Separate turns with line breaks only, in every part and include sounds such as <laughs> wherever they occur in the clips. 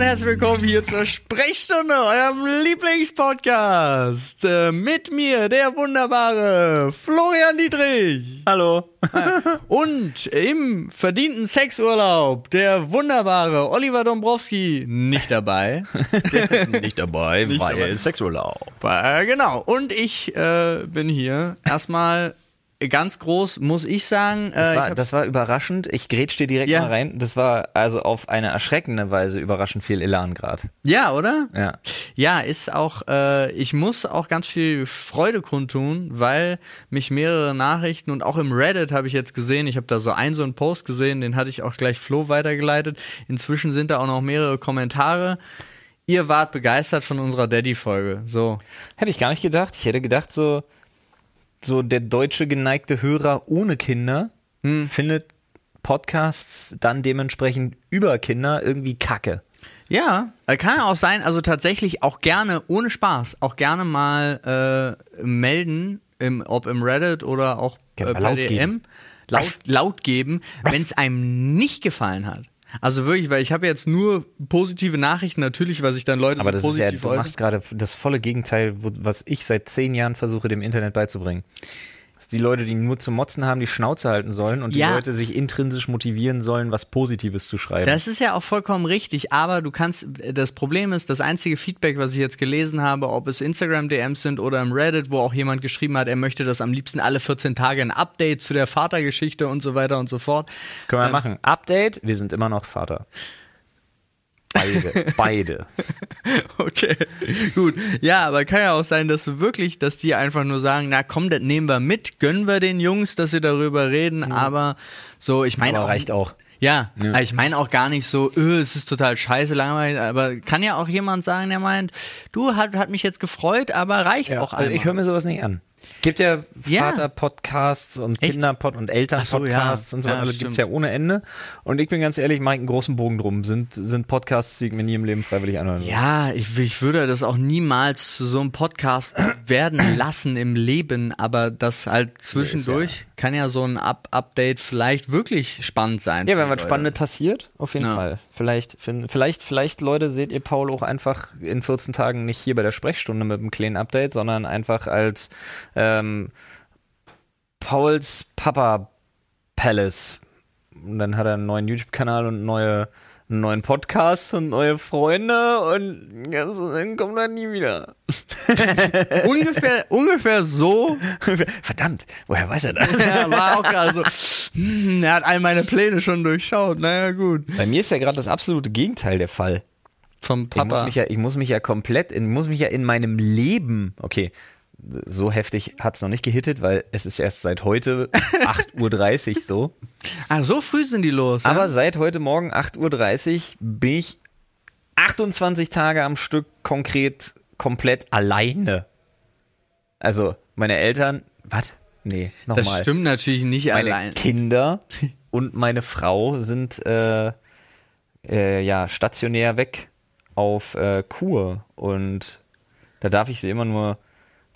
herzlich willkommen hier zur Sprechstunde, eurem Lieblingspodcast. Äh, Mit mir, der wunderbare Florian Dietrich.
Hallo.
Und im verdienten Sexurlaub, der wunderbare Oliver Dombrowski nicht
<laughs>
dabei.
<laughs> Nicht dabei, weil
dabei.
Sexurlaub.
Äh, genau. Und ich äh, bin hier. Erstmal ganz groß, muss ich sagen. Äh,
Das
ich
war,
hab-
das war überraschend. Ich grätsch dir direkt
Ja.
mal rein. Das war also auf eine erschreckende Weise überraschend viel Elan grad.
ja, oder?
Ja.
Ja, ist auch, äh, ich muss auch ganz viel Freude kundtun, weil mich mehrere Nachrichten und auch im Reddit habe ich jetzt gesehen, ich habe da so einen so einen Post gesehen, den hatte ich auch gleich Flo weitergeleitet. Inzwischen sind da auch noch mehrere Kommentare. Ihr wart begeistert von unserer Daddy-Folge. So.
Hätte ich gar nicht gedacht. Ich hätte gedacht, so, so der deutsche geneigte Hörer ohne Kinder
Hm.
findet Podcasts dann dementsprechend über Kinder irgendwie kacke.
Ja, äh, kann ja auch sein, also tatsächlich auch gerne, ohne Spaß, auch gerne mal äh, melden, im, ob im Reddit oder auch
Gerne
äh,
mal
per
laut
DM,
geben.
Laut, laut geben, wenn es einem nicht gefallen hat. Also wirklich, weil ich habe jetzt nur positive Nachrichten, natürlich, weil sich dann Leute
Aber
so
das ist ja,
positiv
du machst gerade das volle Gegenteil, wo, was ich seit zehn Jahren versuche, dem Internet beizubringen. Dass die Leute, die nur zu motzen haben, die Schnauze halten sollen und die
Ja.
Leute sich intrinsisch motivieren sollen, was Positives zu schreiben.
Das ist ja auch vollkommen richtig, aber du kannst, das Problem ist, das einzige Feedback, was ich jetzt gelesen habe, ob es Instagram-DMs sind oder im Reddit, wo auch jemand geschrieben hat, er möchte das am liebsten alle 14 Tage ein Update zu der Vatergeschichte und so weiter und so fort. <laughs>
Können wir
äh,
machen. Update, wir sind immer noch Vater. Beide,
<laughs>
beide.
Okay, gut. Ja, aber kann ja auch sein, dass du wirklich, dass die einfach nur sagen, na komm, das nehmen wir mit, gönnen wir den Jungs, dass sie darüber reden, aber so, ich meine
Aber
auch,
reicht auch.
Ja, aber ich meine auch gar nicht so, öh, es ist total scheiße, langweilig, aber kann ja auch jemand sagen, der meint, du, hat, hat mich jetzt gefreut, aber reicht auch
also
einmal.
ich höre mir sowas nicht an. Gibt ja
Ja.
Vater-Podcasts und
Echt?
Kinder-Pod und Eltern-Podcasts
Ach so, ja.
und so
Ja,
weiter. Alles
stimmt.
gibt's ja ohne Ende. Und ich bin ganz ehrlich, mach einen großen Bogen drum. Sind, sind Podcasts, die ich mir nie im Leben freiwillig anhören würde.
ja, ich, ich würde das auch niemals zu so einem
<clears throat>
Podcast werden lassen im Leben, aber das halt zwischendurch kann ja so ein Up Update vielleicht wirklich spannend sein.
Ja,
für
wenn
die
was
Leute.
Spannendes passiert, auf jeden
Ja.
Fall. Vielleicht, finden- vielleicht, vielleicht, Leute, seht ihr Paul auch einfach in 14 Tagen nicht hier bei der Sprechstunde mit einem kleinen Update, sondern einfach als ähm, Pauls Papa Palace. Und dann hat er einen neuen YouTube-Kanal und neue, einen neuen Podcast und neue Freunde und ja, so, dann kommt er nie wieder. <laughs>
Äh, ungefähr, ungefähr so.
Verdammt, woher weiß er das?
Ja, war auch gerade so. Hm, er hat all meine Pläne schon durchschaut. Naja, gut.
Bei mir ist ja gerade das absolute Gegenteil der Fall.
Vom
Ich muss
Papa.
mich ja, ich muss mich ja komplett, in, muss mich ja in meinem Leben, okay, so heftig hat's noch nicht gehittet, weil es ist erst seit heute 8.30 Uhr so.
ah, so früh sind die los.
Aber seit heute Morgen 8.30 Uhr bin ich 28 Tage am Stück konkret komplett alleine. Also meine Eltern, was? Nee,
ja? Das
nochmal.
stimmt natürlich nicht
Meine
allein.
Kinder <laughs> und meine Frau sind äh, äh, ja stationär weg auf äh, Kur und da darf ich sie immer nur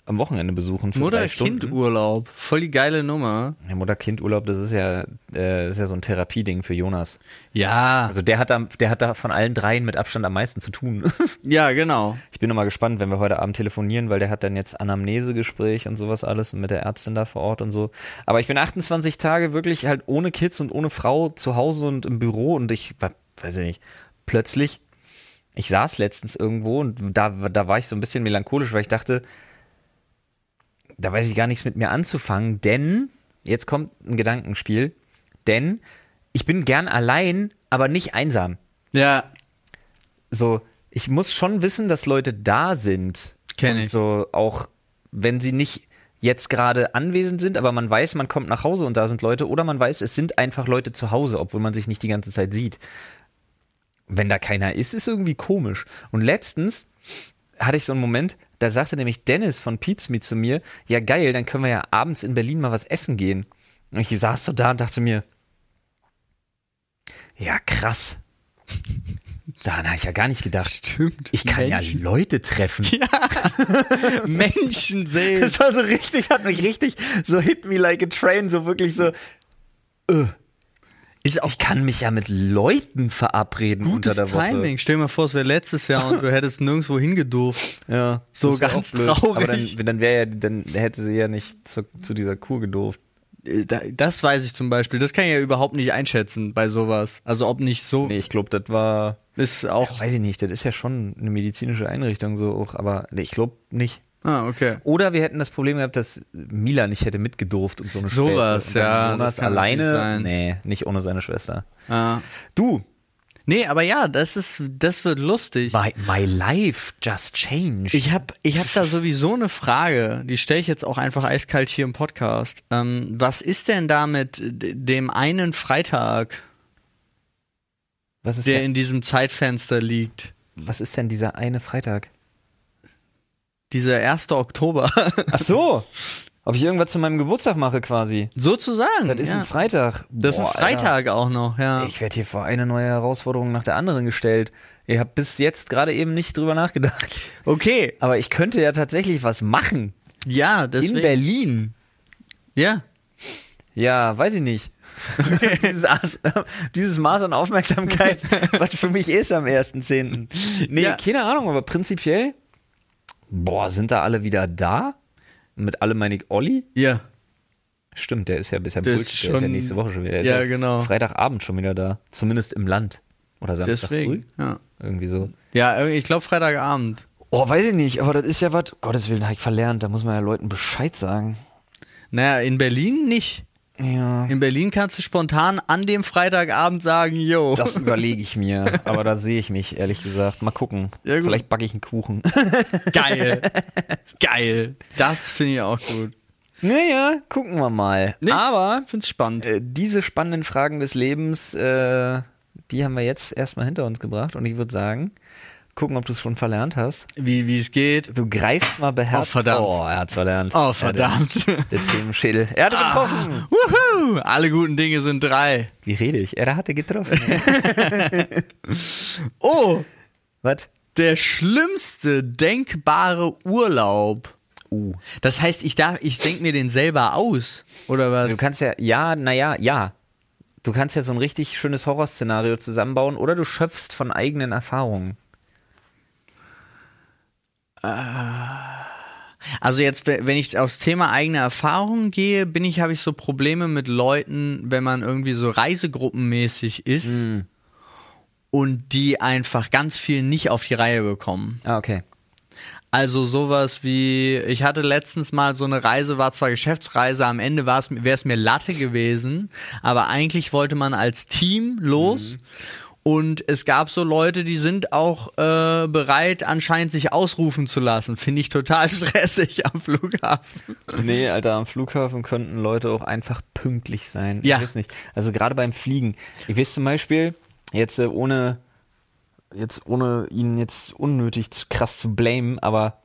am Wochenende besuchen für drei Stunden.
Mutter-Kind-Urlaub. Voll die geile Nummer.
Ja, Mutter-Kind-Urlaub, das ist ja, äh, das ist ja so ein Therapieding für Jonas.
Ja.
Also der hat da, der hat da von allen dreien mit Abstand am meisten zu tun.
ja, genau.
Ich bin nochmal gespannt, wenn wir heute Abend telefonieren, weil der hat dann jetzt Anamnesegespräch und sowas alles und mit der Ärztin da vor Ort und so. Aber ich bin 28 Tage wirklich halt ohne Kids und ohne Frau zu Hause und im Büro und ich, wa- weiß ich nicht, plötzlich, ich saß letztens irgendwo und da, da war ich so ein bisschen melancholisch, weil ich dachte, da weiß ich gar nichts mit mir anzufangen, denn, jetzt kommt ein Gedankenspiel, denn ich bin gern allein, aber nicht einsam.
Ja.
So, ich muss schon wissen, dass Leute da sind.
Kenn
Und
ich.
So, auch wenn sie nicht jetzt gerade anwesend sind, aber man weiß, man kommt nach Hause und da sind Leute, oder man weiß, es sind einfach Leute zu Hause, obwohl man sich nicht die ganze Zeit sieht. Wenn da keiner ist, ist irgendwie komisch. Und letztens hatte ich so einen Moment, da sagte nämlich Dennis von Pizmi zu mir, ja geil, dann können wir ja abends in Berlin mal was essen gehen. Und ich saß so da und dachte mir, ja krass. <laughs> Daran habe ich ja gar nicht
<laughs>
gedacht.
Stimmt.
Ich kann
Menschen,
ja Leute treffen. <laughs>
Menschen sehen.
Das war so richtig, hat mich richtig so hit me like a train, so wirklich so, Ist auch ich kann mich ja mit Leuten verabreden
Gutes
unter der Woche.
Timing. Stell dir mal vor, es wäre letztes Jahr
<laughs>
und du hättest nirgendwo hingedurft.
Ja,
So
das wär
ganz
auch blöd.
traurig.
Aber dann, dann wäre ja, dann hätte sie ja nicht zu, zu dieser Kur gedurft.
Äh, da- Das weiß ich zum Beispiel. Das kann ich ja überhaupt nicht einschätzen bei sowas. Also ob nicht so
Nee, ich glaube, das war,
ist auch.
weiß ich nicht, das ist ja schon eine medizinische Einrichtung so auch, aber nee, ich glaube nicht.
Ah, okay.
Oder wir hätten das Problem gehabt, dass Mila nicht hätte mitgedurft und so eine
Sowas,
Späße. Und dann
ja,
Jonas
das kann
alleine,
natürlich sein.
nee, nicht ohne seine Schwester.
Ah.
Du,
Nee, aber ja, das ist, das wird lustig.
my, my life just changed.
Ich habe ich hab da sowieso eine Frage, die stelle ich jetzt auch einfach eiskalt hier im Podcast. Ähm, was ist denn da mit d- dem einen Freitag,
was, ist
der
denn,
in diesem Zeitfenster liegt?
was ist denn dieser eine Freitag?
Dieser 1. Oktober. <laughs>
Ach so, <laughs> ob ich irgendwas zu meinem Geburtstag mache quasi.
Sozusagen.
Das ist
ja.
ein Freitag.
das ist ein
Boah, Alter.
Freitag auch noch, ja.
Ich werde hier vor eine neue Herausforderung nach der anderen gestellt. Ihr habt bis jetzt gerade eben nicht drüber nachgedacht.
okay,
Aber ich könnte ja tatsächlich was machen.
ja,
In
deswegen.
Berlin.
Ja.
Ja, weiß ich nicht. <laughs> dieses, As- dieses Maß
<laughs>
an Aufmerksamkeit, was für mich ist am 1.10. Nee,
Ja.
keine Ahnung, aber prinzipiell, boah, sind da alle wieder da? Mit allem meine ich Olli?
Ja.
Stimmt, der ist ja bisher
Der ist
Bullshit, der ist ja
schon-
nächste Woche schon wieder.
Ja,
Der ist
genau.
Freitagabend schon wieder da. Zumindest im Land. Oder Samstag
Deswegen.
früh.
Ja.
Irgendwie so.
ja, irgendwie- ich glaube Freitagabend.
Oh, weiß ich nicht, aber das ist ja was. Gottes Willen, hab ich verlernt. Da muss man ja Leuten Bescheid sagen.
Naja, in Berlin nicht.
Ja.
In Berlin kannst du spontan an dem Freitagabend sagen, yo. <laughs>
Das überlege ich mir, aber da sehe ich mich, ehrlich gesagt. Mal gucken.
Ja, gut.
Vielleicht backe ich einen Kuchen. <laughs>
Geil. Geil. Das finde ich auch gut.
naja, gucken wir mal.
Nicht?
Aber
Ich finde es spannend.
äh, diese spannenden Fragen des Lebens, äh, die haben wir jetzt erstmal hinter uns gebracht. Und ich würde sagen, gucken, ob du es schon verlernt hast.
Wie wie es geht.
Du greifst mal beherzt.
Oh, verdammt.
Oh, er hat's verlernt.
Oh, verdammt. <laughs>
Der, der Themenschädel. Er hatte getroffen.
Ah. Wuhu! Alle guten Dinge sind drei.
Wie rede ich? Er hatte getroffen.
<laughs> Oh,
Was?
der schlimmste denkbare Urlaub.
Uh.
Das heißt, ich darf, ich denke mir den selber aus, oder
Du
was?
kannst ja, ja, naja, ja. Du kannst ja so ein richtig schönes Horrorszenario zusammenbauen oder du schöpfst von eigenen Erfahrungen.
Also jetzt, we- wenn ich aufs Thema eigene Erfahrungen gehe, bin ich, habe ich so Probleme mit Leuten, wenn man irgendwie so Reisegruppenmäßig ist und die einfach ganz viel nicht auf die Reihe bekommen.
Ah, okay.
Also sowas wie, ich hatte letztens mal so eine Reise, war zwar Geschäftsreise, am Ende war es, wäre es mir Latte gewesen, aber eigentlich wollte man als Team los. Und es gab so Leute, die sind auch äh, bereit, anscheinend sich ausrufen zu lassen. Finde ich total <laughs> stressig am Flughafen.
Nee, Alter, am Flughafen könnten Leute auch einfach pünktlich sein.
Ja.
Ich weiß nicht. Also gerade beim Fliegen. Ich weiß zum Beispiel, jetzt äh, ohne, jetzt ohne ihn jetzt unnötig zu, krass zu blamen, aber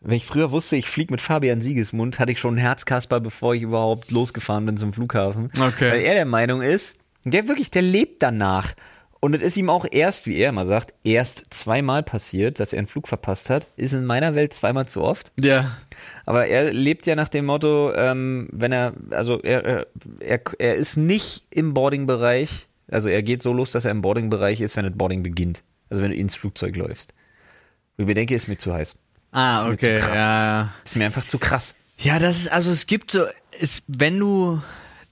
wenn ich früher wusste, ich fliege mit Fabian Siegesmund, hatte ich schon einen Herzkasper, bevor ich überhaupt losgefahren bin zum Flughafen.
Okay.
Weil er der Meinung ist, der wirklich, der lebt danach. Und es ist ihm auch erst, wie er immer sagt, erst zweimal passiert, dass er einen Flug verpasst hat. Ist in meiner Welt zweimal zu oft.
Ja.
Aber er lebt ja nach dem Motto, ähm, wenn er, also er, er- er, er ist nicht im Boarding-Bereich, also er geht so los, dass er im Boarding-Bereich ist, wenn das Boarding beginnt. Also wenn du ins Flugzeug läufst. Wo Ich mir denke, ist mir zu heiß.
Ah,
Ist mir zu
okay.
krass.
Ja, ja.
Ist mir einfach zu krass.
Ja, das ist, also es gibt so, es, wenn du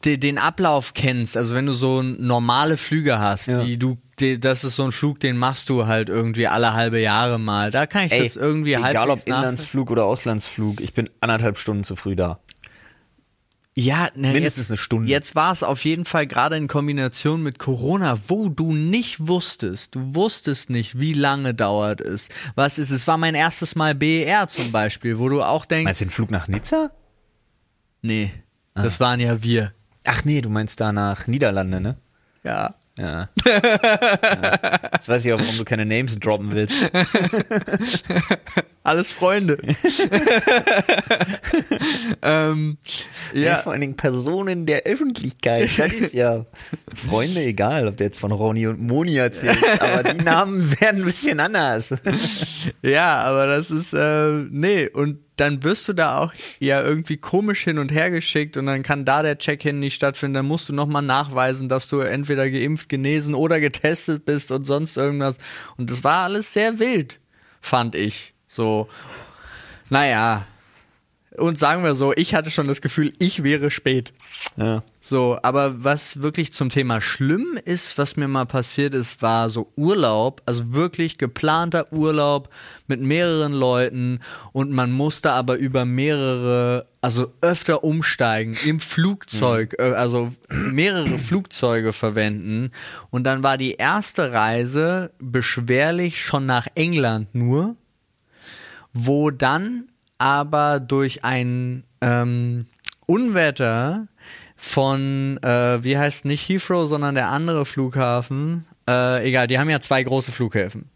de, den Ablauf kennst, also wenn du so n- normale Flüge hast,
Ja.
die du, die, das ist so ein Flug, den machst du halt irgendwie alle halbe Jahre mal. Da kann ich das irgendwie
egal ob
halbwegs nach-
Inlandsflug oder Auslandsflug, ich bin anderthalb Stunden zu früh da.
Ja, ne,
mindestens
jetzt,
eine Stunde.
Jetzt war es auf jeden Fall gerade in Kombination mit Corona, wo du nicht wusstest, du wusstest nicht, wie lange dauert es. Was ist, es war mein erstes Mal BER zum Beispiel, wo du auch denkst,
Meinst Ah. du den Flug nach Nizza?
nee, das waren ja wir.
Ach nee, du meinst da nach Niederlande, ne?
Ja. <laughs>
Ja. ja. Jetzt weiß ich auch, warum du keine Names droppen willst.
Alles Freunde. ähm, ja,
Vor allen Dingen Personen der <laughs> Öffentlichkeit. Das ist ja Freunde egal, ob der jetzt von Ronny und Moni erzählt, aber die Namen <laughs> werden ein bisschen anders.
ja, aber das ist, äh, nee, und dann wirst du da auch ja irgendwie komisch hin und her geschickt und dann kann da der Check-in nicht stattfinden. Dann musst du nochmal nachweisen, dass du entweder geimpft, genesen oder getestet bist und sonst irgendwas. Und das war alles sehr wild, fand ich. So, naja. Und sagen wir so, ich hatte schon das Gefühl, ich wäre spät.
Ja.
So, aber was wirklich zum Thema schlimm ist, was mir mal passiert ist, war so Urlaub, also wirklich geplanter Urlaub mit mehreren Leuten und man musste aber über mehrere, also öfter umsteigen im Flugzeug, äh, also mehrere Flugzeuge verwenden und dann war die erste Reise beschwerlich schon nach England nur wo dann aber durch ein ähm, Unwetter von, äh, wie heißt nicht Heathrow, sondern der andere Flughafen, äh, egal, die haben ja zwei große Flughäfen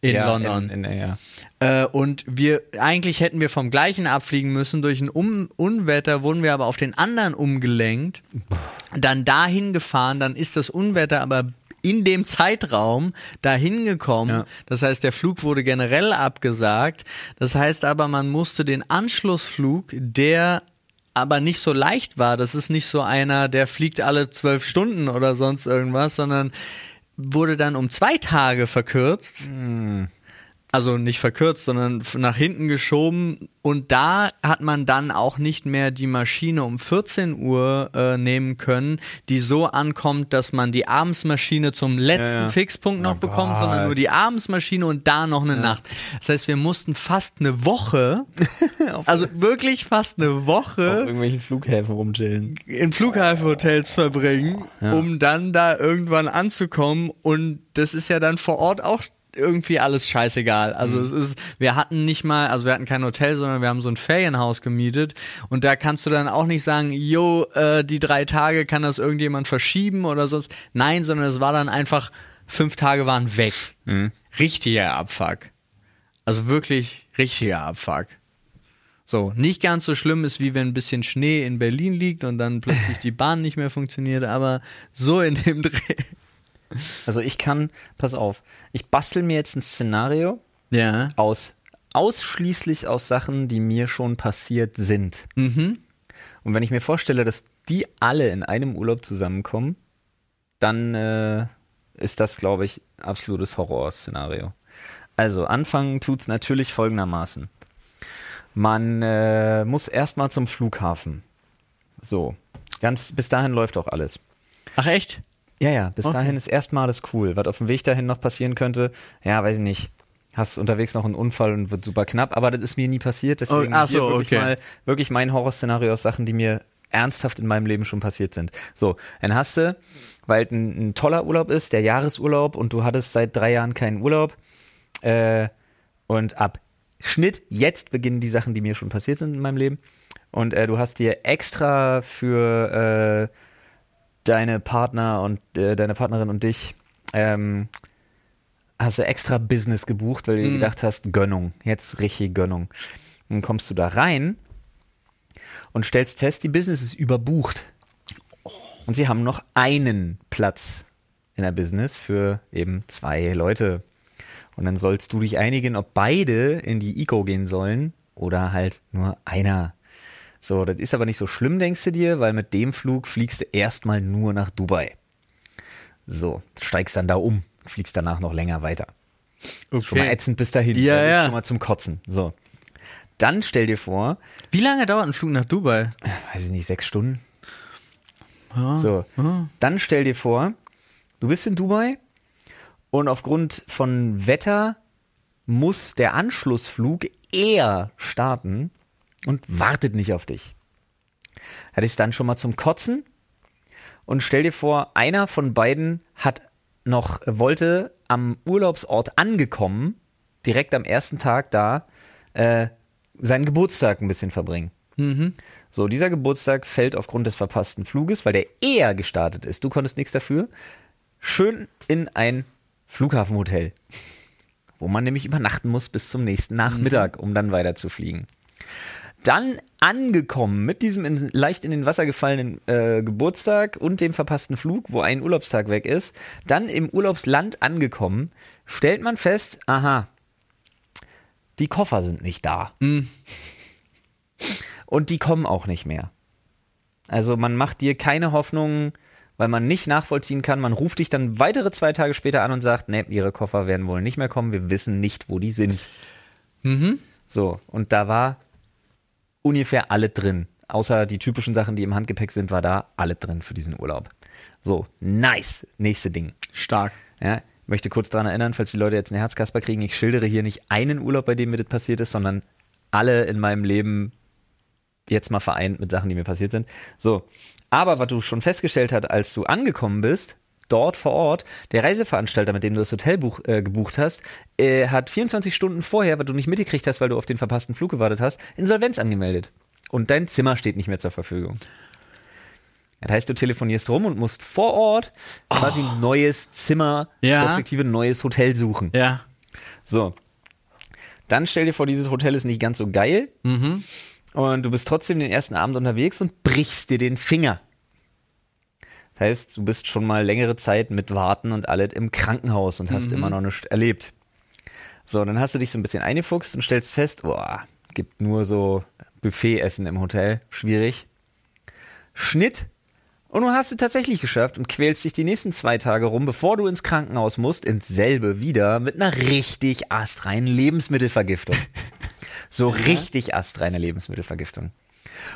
in
ja,
London.
In, in, ja.
Äh, und wir, eigentlich hätten wir vom gleichen abfliegen müssen. Durch ein um Unwetter wurden wir aber auf den anderen umgelenkt, dann dahin gefahren, dann ist das Unwetter aber in dem Zeitraum dahin gekommen.
Ja.
Das heißt, der Flug wurde generell abgesagt. Das heißt aber, man musste den Anschlussflug, der aber nicht so leicht war. Das ist nicht so einer, der fliegt alle zwölf Stunden oder sonst irgendwas, sondern wurde dann um zwei Tage verkürzt also nicht verkürzt, sondern f- nach hinten geschoben. Und da hat man dann auch nicht mehr die Maschine um 14 Uhr äh, nehmen können, die so ankommt, dass man die Abendsmaschine zum letzten
Ja, ja.
Fixpunkt noch
Oh
bekommt, sondern
Gott.
nur die Abendsmaschine und da noch eine Nacht. Das heißt, wir mussten fast eine Woche,
<laughs> Auf-
also wirklich fast eine
Auf
Woche
irgendwelchen Flughäfen rumchillen.
in Flughafenhotels verbringen,
Ja.
um dann da irgendwann anzukommen. Und das ist ja dann vor Ort auch irgendwie alles scheißegal. Also es ist, wir hatten nicht mal, also wir hatten kein Hotel, sondern wir haben so ein Ferienhaus gemietet und da kannst du dann auch nicht sagen, jo, äh, die drei Tage kann das irgendjemand verschieben oder sonst. Nein, sondern es war dann einfach, fünf Tage waren weg. Richtiger Abfuck. Also wirklich richtiger Abfuck. So, nicht ganz so schlimm ist, wie wenn ein bisschen Schnee in Berlin liegt und dann plötzlich die Bahn nicht mehr funktioniert, aber so in dem Dreh.
Also ich kann, pass auf, ich bastel mir jetzt ein Szenario
Ja.
aus ausschließlich aus Sachen, die mir schon passiert sind. Und wenn ich mir vorstelle, dass die alle in einem Urlaub zusammenkommen, dann äh, ist das, glaube ich, absolutes Horrorszenario. Also anfangen tut's natürlich folgendermaßen. Man äh, muss erstmal zum Flughafen. So, ganz bis dahin läuft auch alles.
Ach echt?
Ja, ja, bis dahin ist erstmal alles cool. Was auf dem Weg dahin noch passieren könnte, ja, weiß ich nicht. Hast unterwegs noch einen Unfall und wird super knapp, aber das ist mir nie passiert. Deswegen
Oh, ach so,
hier wirklich,
okay.
mal, wirklich mein Horrorszenario aus Sachen, die mir ernsthaft in meinem Leben schon passiert sind. So, dann hast du, weil es ein, ein toller Urlaub ist, der Jahresurlaub und du hattest seit drei Jahren keinen Urlaub. Äh, und ab Schnitt, jetzt beginnen die Sachen, die mir schon passiert sind in meinem Leben. Und äh, du hast dir extra für äh, deine Partner und äh, deine Partnerin und dich ähm, hast du extra Business gebucht, weil du dir gedacht hast, Gönnung, jetzt richtig Gönnung. Dann kommst du da rein und stellst fest, die Business ist überbucht. Und sie haben noch einen Platz in der Business für eben zwei Leute. Und dann sollst du dich einigen, ob beide in die Eco gehen sollen oder halt nur einer. So, das ist aber nicht so schlimm, denkst du dir, weil mit dem Flug fliegst du erstmal nur nach Dubai. So, steigst dann da um, fliegst danach noch länger weiter. Ist Schon mal ätzend bis dahin.
Ja,
Das ist
ja.
Schon mal zum Kotzen. So. Dann stell dir vor,
Wie lange dauert ein Flug nach Dubai?
weiß ich nicht, sechs Stunden. So. Dann stell dir vor, du bist in Dubai und aufgrund von Wetter muss der Anschlussflug eher starten und wartet nicht auf dich. Hatte ich dann schon mal zum Kotzen und stell dir vor, einer von beiden hat noch wollte am Urlaubsort angekommen, direkt am ersten Tag da, äh, seinen Geburtstag ein bisschen verbringen. So, dieser Geburtstag fällt aufgrund des verpassten Fluges, weil der eher gestartet ist, du konntest nichts dafür, schön in ein Flughafenhotel. wo man nämlich übernachten muss bis zum nächsten Nachmittag, um dann weiterzufliegen. Dann angekommen mit diesem in, leicht in den Wasser gefallenen äh, Geburtstag und dem verpassten Flug, wo ein Urlaubstag weg ist, dann im Urlaubsland angekommen, stellt man fest, aha, die Koffer sind nicht da. Und die kommen auch nicht mehr. Also man macht dir keine Hoffnungen, weil man nicht nachvollziehen kann. Man ruft dich dann weitere zwei Tage später an und sagt, nee, ihre Koffer werden wohl nicht mehr kommen. Wir wissen nicht, wo die sind. So, und da war ungefähr alle drin. Außer die typischen Sachen, die im Handgepäck sind, war da alle drin für diesen Urlaub. So, nice. Nächste Ding.
Stark.
Ja, ich möchte kurz daran erinnern, falls die Leute jetzt einen Herzkasper kriegen, ich schildere hier nicht einen Urlaub, bei dem mir das passiert ist, sondern alle in meinem Leben jetzt mal vereint mit Sachen, die mir passiert sind. So, aber was du schon festgestellt hast, als du angekommen bist, dort vor Ort, der Reiseveranstalter, mit dem du das Hotel buch, äh, gebucht hast, äh, hat 24 Stunden vorher, weil du nicht mitgekriegt hast, weil du auf den verpassten Flug gewartet hast, Insolvenz angemeldet. Und dein Zimmer steht nicht mehr zur Verfügung. Das heißt, du telefonierst rum und musst vor Ort quasi ein neues Zimmer,
Ja.
respektive ein neues Hotel suchen.
Ja.
So. Dann stell dir vor, dieses Hotel ist nicht ganz so geil. Und du bist trotzdem den ersten Abend unterwegs und brichst dir den Finger. Das heißt, du bist schon mal längere Zeit mit Warten und alles im Krankenhaus und hast immer noch nichts erlebt. So, dann hast du dich so ein bisschen eingefuchst und stellst fest, boah, gibt nur so Buffetessen im Hotel, schwierig. Schnitt. Und du hast es tatsächlich geschafft und quälst dich die nächsten zwei Tage rum, bevor du ins Krankenhaus musst, ins selbe wieder mit einer richtig astreinen Lebensmittelvergiftung. So richtig astreine Lebensmittelvergiftung.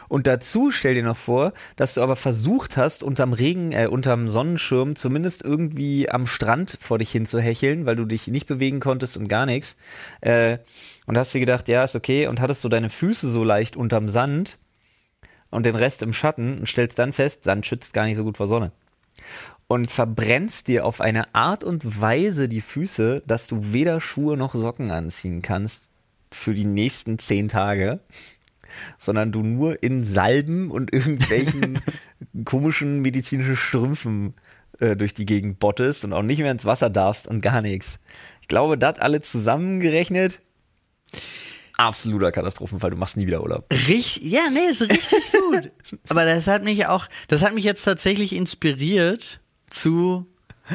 Und dazu stell dir noch vor, dass du aber versucht hast, unterm Regen, äh, unterm Sonnenschirm zumindest irgendwie am Strand vor dich hin zu hecheln, weil du dich nicht bewegen konntest und gar nichts. Äh, und hast dir gedacht, ja, ist okay, und hattest so deine Füße so leicht unterm Sand und den Rest im Schatten und stellst dann fest, Sand schützt gar nicht so gut vor Sonne. Und verbrennst dir auf eine Art und Weise die Füße, dass du weder Schuhe noch Socken anziehen kannst für die nächsten zehn Tage, sondern du nur in Salben und irgendwelchen komischen medizinischen Strümpfen äh, durch die Gegend bottest und auch nicht mehr ins Wasser darfst und gar nichts. Ich glaube, das alle zusammengerechnet, absoluter Katastrophenfall. Du machst nie wieder Urlaub.
Richtig, ja, nee, ist richtig gut. <laughs> Aber das hat mich auch, das hat mich jetzt tatsächlich inspiriert zu.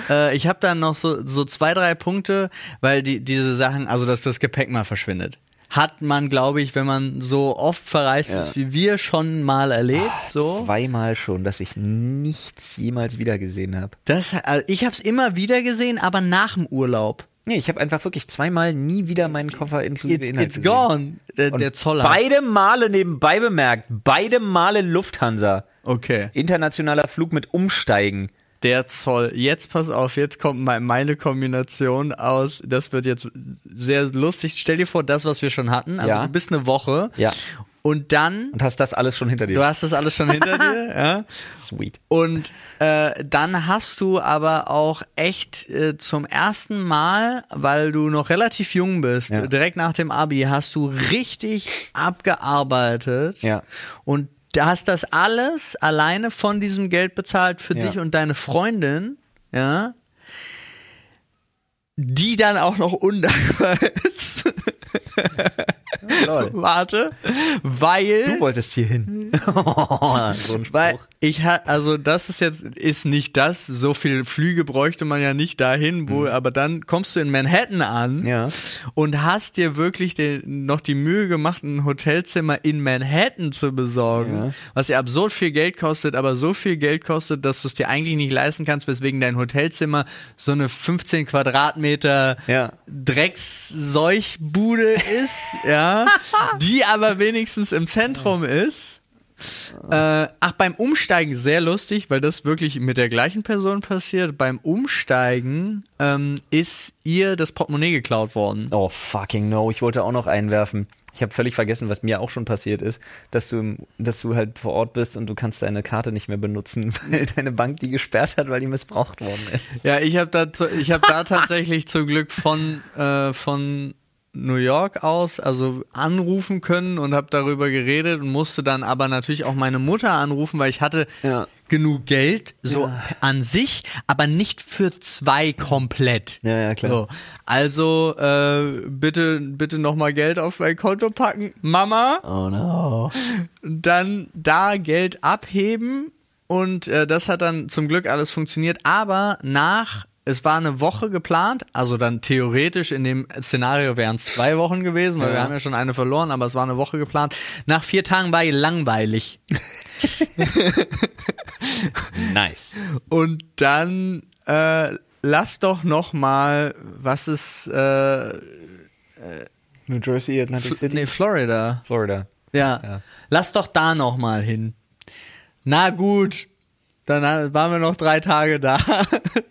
Äh, ich habe dann noch so, so zwei, drei Punkte, weil die, diese Sachen, also dass das Gepäck mal verschwindet. Hat man, glaube ich, wenn man so oft verreist
Ja.
ist, wie wir schon mal erlebt. so.
Zweimal schon, dass ich nichts jemals wiedergesehen habe.
Das, also ich habe es immer wieder gesehen, aber nach dem Urlaub.
Nee, ich habe einfach wirklich zweimal nie wieder meinen Koffer inklusive
It's,
Inhalt
it's
gesehen.
gone. Der,
Und
der Zoll hat's.
beide Male nebenbei bemerkt, beide Male Lufthansa.
Okay.
Internationaler Flug mit Umsteigen.
Der Zoll. Jetzt pass auf, jetzt kommt mein- meine Kombination aus. Das wird jetzt sehr lustig. Stell dir vor, das, was wir schon hatten. Also
Ja.
du bist eine Woche.
Ja.
Und dann,
Und hast das alles schon hinter dir.
du hast das alles schon hinter
<laughs>
dir, ja.
Sweet.
Und äh, dann hast du aber auch echt äh, zum ersten Mal, weil du noch relativ jung bist,
Ja.
direkt nach dem Abi, hast du richtig abgearbeitet.
Ja.
Und du hast das alles alleine von diesem Geld bezahlt für
Ja.
dich und deine Freundin, ja. Die dann auch noch undankbar <laughs> ist.
Lol.
Warte. Weil.
Du wolltest hier hin. <laughs> so ein
Weil
Spruch.
ich ha also das ist jetzt ist nicht das, so viel Flüge bräuchte man ja nicht dahin, wo aber dann kommst du in Manhattan an
Mhm. Ja.
und hast dir wirklich den, noch die Mühe gemacht, ein Hotelzimmer in Manhattan zu besorgen,
Ja.
was ja absurd viel Geld kostet, aber so viel Geld kostet, dass du es dir eigentlich nicht leisten kannst, weswegen dein Hotelzimmer so eine 15 Quadratmeter
Ja.
Drecksseuchbude ist,
<laughs>
ja, die aber wenigstens im Zentrum ist. Äh, ach, beim Umsteigen sehr lustig, weil das wirklich mit der gleichen Person passiert. Beim Umsteigen ähm, ist ihr das Portemonnaie geklaut worden.
Oh, fucking no. Ich wollte auch noch einwerfen. Ich habe völlig vergessen, was mir auch schon passiert ist, dass du, im- dass du halt vor Ort bist und du kannst deine Karte nicht mehr benutzen, <laughs> weil deine Bank die gesperrt hat, weil die missbraucht worden ist.
Ja, ich habe da, zu- ich hab
<laughs>
da tatsächlich zum Glück von, äh, von New York aus, also anrufen können und habe darüber geredet und musste dann aber natürlich auch meine Mutter anrufen, weil ich hatte
Ja.
genug Geld, so an sich, aber nicht für zwei komplett.
Ja, ja, klar.
So. Also äh, bitte, bitte nochmal Geld auf mein Konto packen, Mama.
Oh no.
Dann da Geld abheben und äh, das hat dann zum Glück alles funktioniert. Aber nach, es war eine Woche geplant, also dann theoretisch in dem Szenario wären es zwei Wochen gewesen, weil wir
Ja.
haben ja schon eine verloren, aber es war eine Woche geplant. Nach vier Tagen war ich langweilig.
Nice.
Und dann äh, lass doch noch mal, was ist äh,
New Jersey, Atlantic
Fl
City.
nee, Florida.
Florida.
Ja.
Ja.
Lass doch da noch mal hin. Na gut. Dann ha- waren wir noch drei Tage da, <laughs>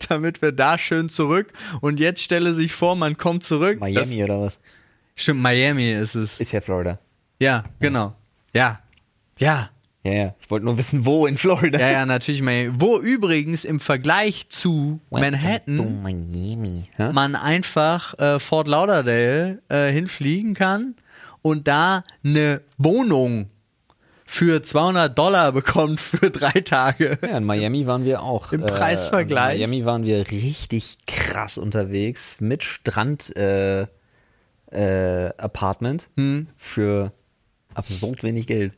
damit wir da schön zurück. Und jetzt stelle sich vor, man kommt zurück.
Miami oder was?
Das, stimmt, Miami ist es.
Ist ja Florida.
Ja, genau. Ja.
<laughs>
Ja.
Ja, ja. Ich wollte nur wissen, wo in Florida.
Ja, ja, natürlich Miami. Wo übrigens im Vergleich zu Manhattan
Oh, Miami. Hä?
man einfach äh, Fort Lauderdale äh, hinfliegen kann und da eine Wohnung für 200 Dollar bekommt für drei Tage.
Ja, in Miami waren wir auch. äh,
Im Preisvergleich.
In Miami waren wir richtig krass unterwegs mit Strand äh, äh, Apartment
Hm.
für absurd wenig Geld.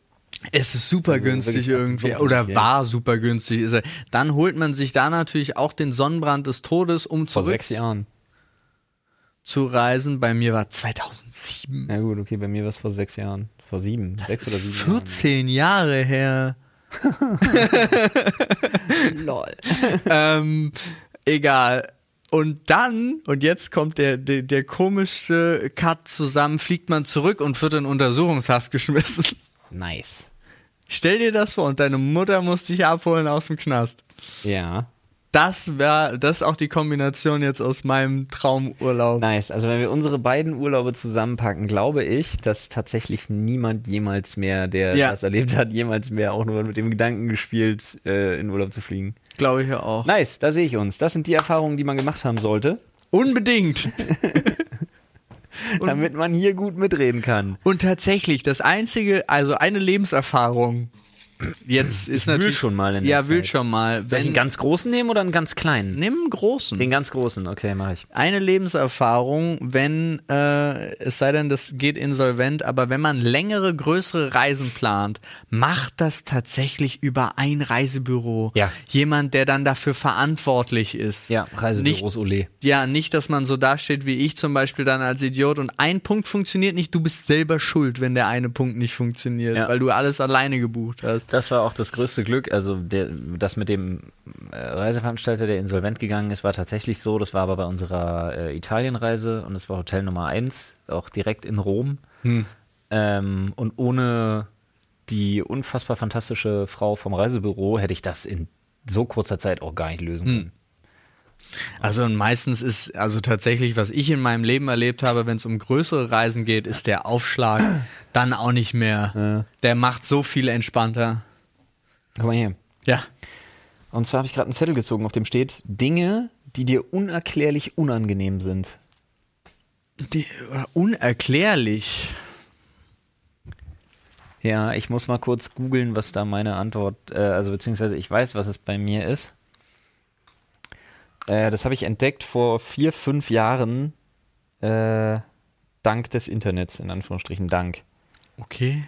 Es ist super günstig
Also, wirklich
irgendwie
absurd,
oder
ja.
war super günstig. Ist er. Dann holt man sich da natürlich auch den Sonnenbrand des Todes, um
Vor sechs Jahren.
zurückzureisen. Bei mir war 2007.
Na gut, okay, bei mir war es vor sechs Jahren. Vor sieben, sechs oder sieben
14 Jahre
<laughs>
her.
Jahren. Lol.
ähm, egal. Und dann, und jetzt kommt der, der, der komische Cut zusammen, fliegt man zurück und wird in Untersuchungshaft geschmissen. <laughs>
Nice.
Stell dir das vor, und deine Mutter muss dich abholen aus dem Knast.
Ja.
Das wäre, das ist auch die Kombination jetzt aus meinem Traumurlaub.
Nice. Also wenn wir unsere beiden Urlaube zusammenpacken, glaube ich, dass tatsächlich niemand jemals mehr, der
Ja.
das erlebt hat, jemals mehr auch nur mit dem Gedanken gespielt, äh, in Urlaub zu fliegen.
Glaube ich ja auch.
Nice, da sehe ich uns. Das sind die Erfahrungen, die man gemacht haben sollte,
Unbedingt.
damit man hier gut mitreden kann.
Und tatsächlich, das einzige, also eine Lebenserfahrung. Jetzt ist
wühl
natürlich.
schon mal in der
Ja, wühl
Zeit.
schon mal.
Soll ich einen
Wenn,
ganz großen nehmen oder einen ganz kleinen?
nimm einen großen.
Den ganz großen, okay, mache ich.
eine Lebenserfahrung, wenn, äh, es sei denn, das geht insolvent, aber wenn man längere, größere Reisen plant, macht das tatsächlich über ein Reisebüro.
Ja.
Jemand, der dann dafür verantwortlich ist.
Ja, Reisebüros, Ole.
Ja, nicht, dass man so dasteht wie ich zum Beispiel dann als Idiot und ein Punkt funktioniert nicht, du bist selber schuld, wenn der eine Punkt nicht funktioniert,
Ja.
weil du alles alleine gebucht hast.
Das war auch das größte Glück. Also der, das mit dem äh, Reiseveranstalter, der insolvent gegangen ist, war tatsächlich so. Das war aber bei unserer äh, Italienreise und es war Hotel Nummer 1, auch direkt in Rom. Ähm, und ohne die unfassbar fantastische Frau vom Reisebüro hätte ich das in so kurzer Zeit auch gar nicht lösen können.
Also und meistens ist, also tatsächlich, was ich in meinem Leben erlebt habe, wenn es um größere Reisen geht, ist der <clears throat> Aufschlag dann auch nicht mehr. Der macht so viel entspannter.
Guck mal hier.
Ja.
Und zwar habe ich gerade einen Zettel gezogen, auf dem steht Dinge, die dir unerklärlich unangenehm sind.
Die, äh, unerklärlich.
Ja, ich muss mal kurz googeln, was da meine Antwort, äh, also beziehungsweise ich weiß, was es bei mir ist. Äh, das habe ich entdeckt vor vier, fünf Jahren, äh, dank des Internets, in Anführungsstrichen, dank.
Okay.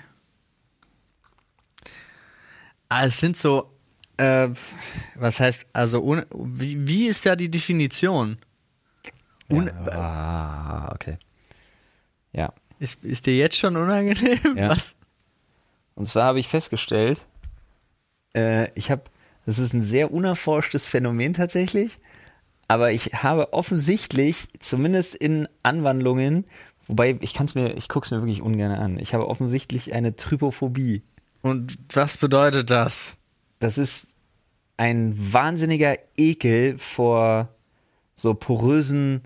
Ah, es sind so, äh, was heißt, also, un, wie, wie ist da die Definition? Un,
Ah, okay. Ja.
ist, ist dir jetzt schon unangenehm?
Ja.
Was?
Und zwar habe ich festgestellt, äh, ich habe, das ist ein sehr unerforschtes Phänomen tatsächlich, aber ich habe offensichtlich, zumindest in Anwandlungen, wobei ich kann es mir, ich gucke es mir wirklich ungern an, ich habe offensichtlich eine Trypophobie.
Und was bedeutet das?
Das ist ein wahnsinniger Ekel vor so porösen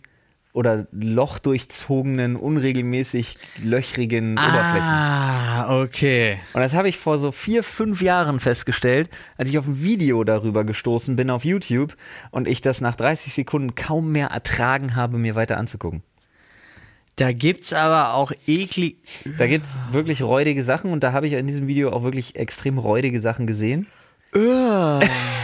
oder lochdurchzogenen, unregelmäßig löchrigen Oberflächen.
Ah, okay.
Und das habe ich vor so vier, fünf Jahren festgestellt, als ich auf ein Video darüber gestoßen bin auf YouTube und ich das nach 30 Sekunden kaum mehr ertragen habe, mir weiter anzugucken.
Da gibt's aber auch eklig.
Da gibt's wirklich räudige Sachen und da habe ich in diesem Video auch wirklich extrem räudige Sachen gesehen. <laughs>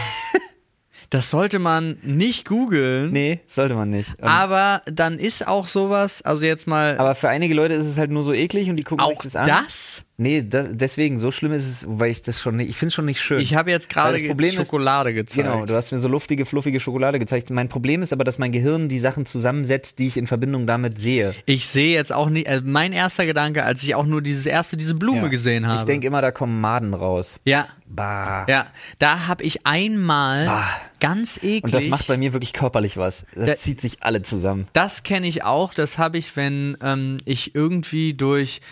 Das sollte man nicht googeln.
Nee, sollte man nicht.
Ah.
Und-
Aber dann ist auch sowas, also jetzt mal
aber für einige Leute ist es halt nur so eklig und die gucken sich
auch
das an.
das.
Nee, da, deswegen, so schlimm ist es, wobei ich das schon nicht, ich finde es schon nicht schön.
Ich halt. habe jetzt
Weil
gerade
das Problem ist-
Schokolade gezeigt.
Genau, du hast mir so luftige, fluffige Schokolade gezeigt. Mein Problem ist aber, dass mein Gehirn die Sachen zusammensetzt, die ich in Verbindung damit sehe.
Ich sehe jetzt auch nicht, also mein erster Gedanke, als ich auch nur dieses erste, diese Blume gesehen habe.
Ich denke immer, da kommen Maden raus.
ja,
Bah.
ja, da habe ich einmal
Ah.
ganz eklig.
Und das macht bei mir wirklich körperlich was. Das
Da-
zieht sich alle zusammen.
Das kenne ich auch. Das habe ich, wenn ähm, ich irgendwie durch,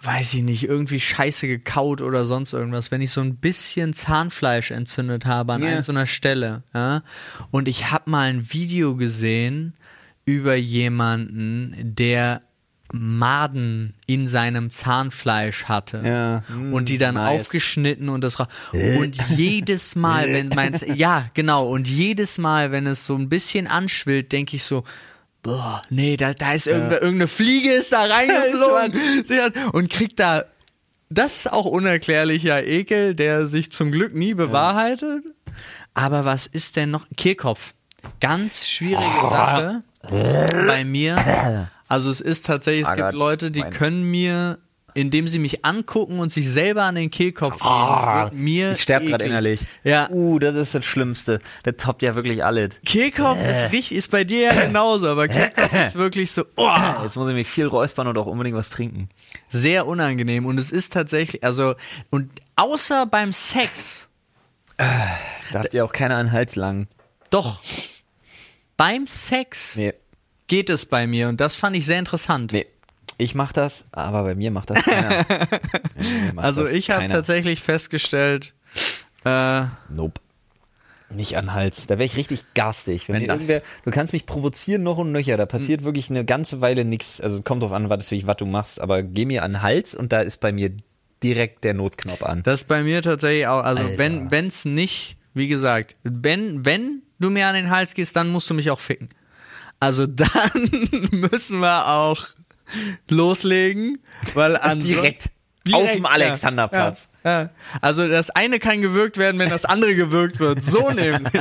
weiß ich nicht, irgendwie Scheiße gekaut oder sonst irgendwas, wenn ich so ein bisschen Zahnfleisch entzündet habe an
Ja.
einer so einer Stelle. Ja? Und ich habe mal ein Video gesehen über jemanden, der Maden in seinem Zahnfleisch hatte
Ja.
und die dann
Nice.
aufgeschnitten und das ra- und jedes Mal wenn meins ja genau und jedes Mal wenn es so ein bisschen anschwillt denke ich so boah nee da, da ist irgendeine, irgendeine Fliege ist da reingeflogen Sie hat- und kriegt da das ist auch unerklärlicher Ekel der sich zum Glück nie bewahrheitet aber was ist denn noch Kehlkopf ganz schwierige Sache bei mir also es ist tatsächlich es
Ah,
gibt
Gott.
Leute die
Mein-
können mir, indem sie mich angucken und sich selber an den Kehlkopf geben, wird mir
Ah, ich sterbe gerade
eklig.
innerlich.
Ja.
Uh, das ist das Schlimmste. Der toppt ja wirklich alles.
Kehlkopf ist richtig, ist bei dir ja genauso, aber Kehlkopf ist wirklich so oh,
<clears throat> Jetzt muss ich mich viel räuspern und auch unbedingt was trinken.
sehr unangenehm und es ist tatsächlich, also und außer beim Sex,
Da habt ihr auch keiner an den Hals lang.
doch beim Sex
Nee.
geht es bei mir und das fand ich sehr interessant.
Nee. Ich mach das, aber bei mir macht das
<laughs>
keiner. Bei mir macht
Also
das
ich habe
keiner.
tatsächlich festgestellt, äh,
Nope. Nicht an den Hals. Da wäre ich richtig garstig. Wenn
Wenn
mir
das- Hm.
irgendwer, du kannst mich provozieren noch und nöcher. Da passiert wirklich eine ganze Weile nichts. Also es kommt drauf an, was, natürlich, was du machst. Aber geh mir an den Hals und da ist bei mir direkt der Notknopf an.
Das ist bei mir tatsächlich auch, also
Alter.
wenn wenn's nicht, wie gesagt, wenn wenn du mir an den Hals gehst, dann musst du mich auch ficken. Also <laughs> dann müssen wir auch loslegen, weil an
Direkt. Auf dem Alexanderplatz.
Ja, ja. Also das eine kann gewürgt werden, wenn das andere gewürgt wird.
<laughs>
So nämlich.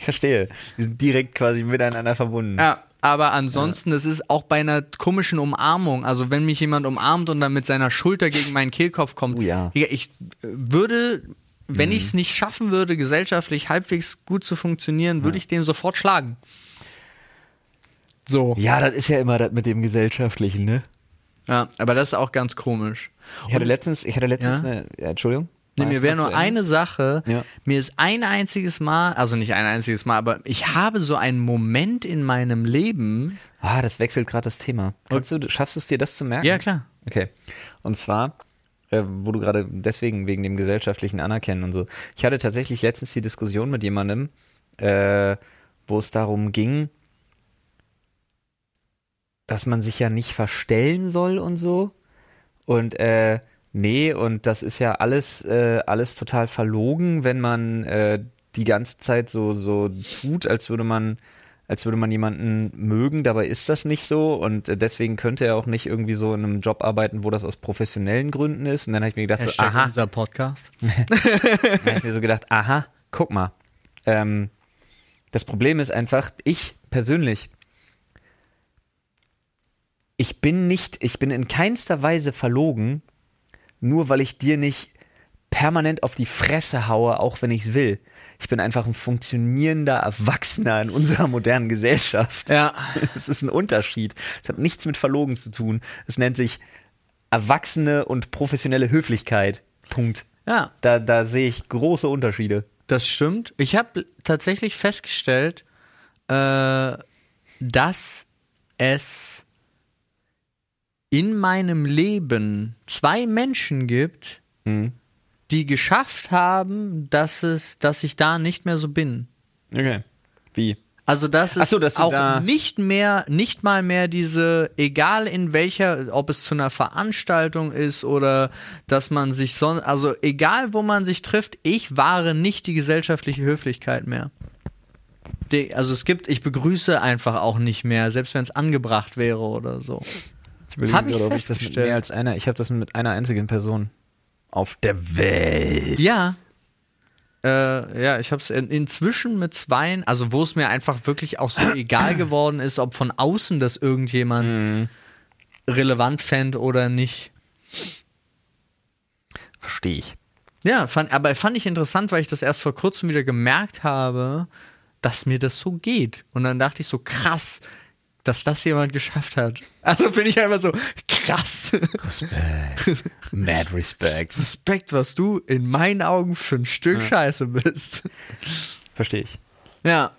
Ich verstehe. Wir sind direkt quasi miteinander verbunden.
Ja, aber ansonsten, es ist auch bei einer komischen Umarmung. Also wenn mich jemand umarmt und dann mit seiner Schulter gegen meinen Kehlkopf kommt,
Oh ja. Mhm.
Digga, ich äh, würde, wenn ich es nicht schaffen würde, gesellschaftlich halbwegs gut zu funktionieren, würde ich dem sofort schlagen. So.
Ja, das ist ja immer das mit dem Gesellschaftlichen, ne?
Ja, aber das ist auch ganz komisch.
Ich hatte
Und
letztens, ich hatte letztens
Ja?
eine, ja, Entschuldigung.
Nee, mir wäre
Mach's mal
nur
zu Ende.
eine Sache,
Ja.
mir ist ein einziges Mal, also nicht ein einziges Mal, aber ich habe so einen Moment in meinem Leben,
Ah, das wechselt gerade das Thema. Kannst du, schaffst du es dir, das zu merken?
Ja, klar.
Okay. Und zwar, äh, wo du gerade deswegen wegen dem gesellschaftlichen Anerkennen und so. Ich hatte tatsächlich letztens die Diskussion mit jemandem, äh, wo es darum ging, dass man sich ja nicht verstellen soll und so. Und äh, nee, und das ist ja alles, äh, alles total verlogen, wenn man äh, die ganze Zeit so, so tut, als würde man, als würde man jemanden mögen, dabei ist das nicht so und äh, deswegen könnte er auch nicht irgendwie so in einem Job arbeiten, wo das aus professionellen Gründen ist. Und dann habe ich mir gedacht, so,
Hashtag
aha,
unser Podcast.
dann habe ich mir so gedacht, aha, guck mal. Ähm, das Problem ist einfach, ich persönlich, ich bin nicht, ich bin in keinster Weise verlogen, nur weil ich dir nicht permanent auf die Fresse haue, auch wenn ich es will. Ich bin einfach ein funktionierender Erwachsener in unserer modernen Gesellschaft. <laughs>
Ja.
Es ist ein Unterschied. Es hat nichts mit Verlogen zu tun. Es nennt sich erwachsene und professionelle Höflichkeit. Punkt.
Ja.
Da, da sehe ich große Unterschiede.
Das stimmt. Ich habe tatsächlich festgestellt, äh, dass es in meinem Leben zwei Menschen gibt, die geschafft haben, dass es, dass ich da nicht mehr so bin.
Okay. Wie?
Also das
Ach
ist
so, dass du
auch
da-
nicht mehr, nicht mal mehr diese, egal in welcher, ob es zu einer Veranstaltung ist oder dass man sich sonst, also egal wo man sich trifft, ich wahre nicht die gesellschaftliche Höflichkeit mehr. Die, also es gibt, ich begrüße einfach auch nicht mehr, selbst wenn es angebracht wäre oder so.
Ich überlege
Hab ich
gerade, ob ich das mit
festgestellt.
mehr als einer. Ich habe das mit einer einzigen Person auf der Welt.
Ja, äh, ja, ich habe es in, inzwischen mit zweien, also wo es mir einfach wirklich auch <clears throat> so egal geworden ist, ob von außen das irgendjemand relevant fänd oder nicht.
Verstehe ich.
Ja, fand, aber fand ich interessant, weil ich das erst vor kurzem wieder gemerkt habe, dass mir das so geht. Und dann dachte ich so, krass, dass das jemand geschafft hat. Also bin ich einfach so, krass.
Respekt. Mad Respect.
Respekt, was du in meinen Augen für ein Stück Scheiße bist.
Verstehe ich.
Ja,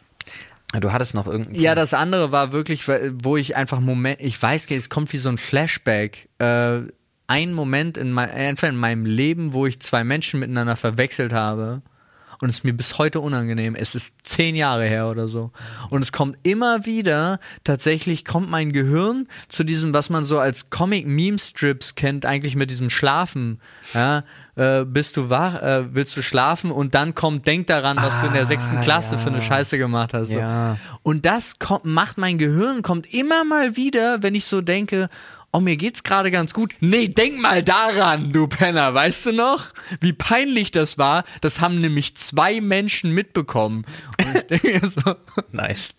Du hattest noch irgendein.
Ja, das andere war wirklich, wo ich einfach Moment, ich weiß, es kommt wie so ein Flashback. Äh, ein Moment in, mein, einfach in meinem Leben, wo ich zwei Menschen miteinander verwechselt habe. Und es ist mir bis heute unangenehm. Es ist zehn Jahre her oder so. Und es kommt immer wieder, tatsächlich kommt mein Gehirn zu diesem, was man so als Comic-Meme-Strips kennt, eigentlich mit diesem Schlafen. Ja, äh, bist du wach, äh, willst du schlafen? Und dann kommt, denk daran, was du in der sechsten Klasse für eine Scheiße gemacht hast. So.
Ja.
Und das kommt, macht mein Gehirn, kommt immer mal wieder, wenn ich so denke, oh, mir geht's gerade ganz gut. Nee, denk mal daran, du Penner, weißt du noch? Wie peinlich das war. Das haben nämlich zwei Menschen mitbekommen. Und ich denke mir so, <laughs>
Nice.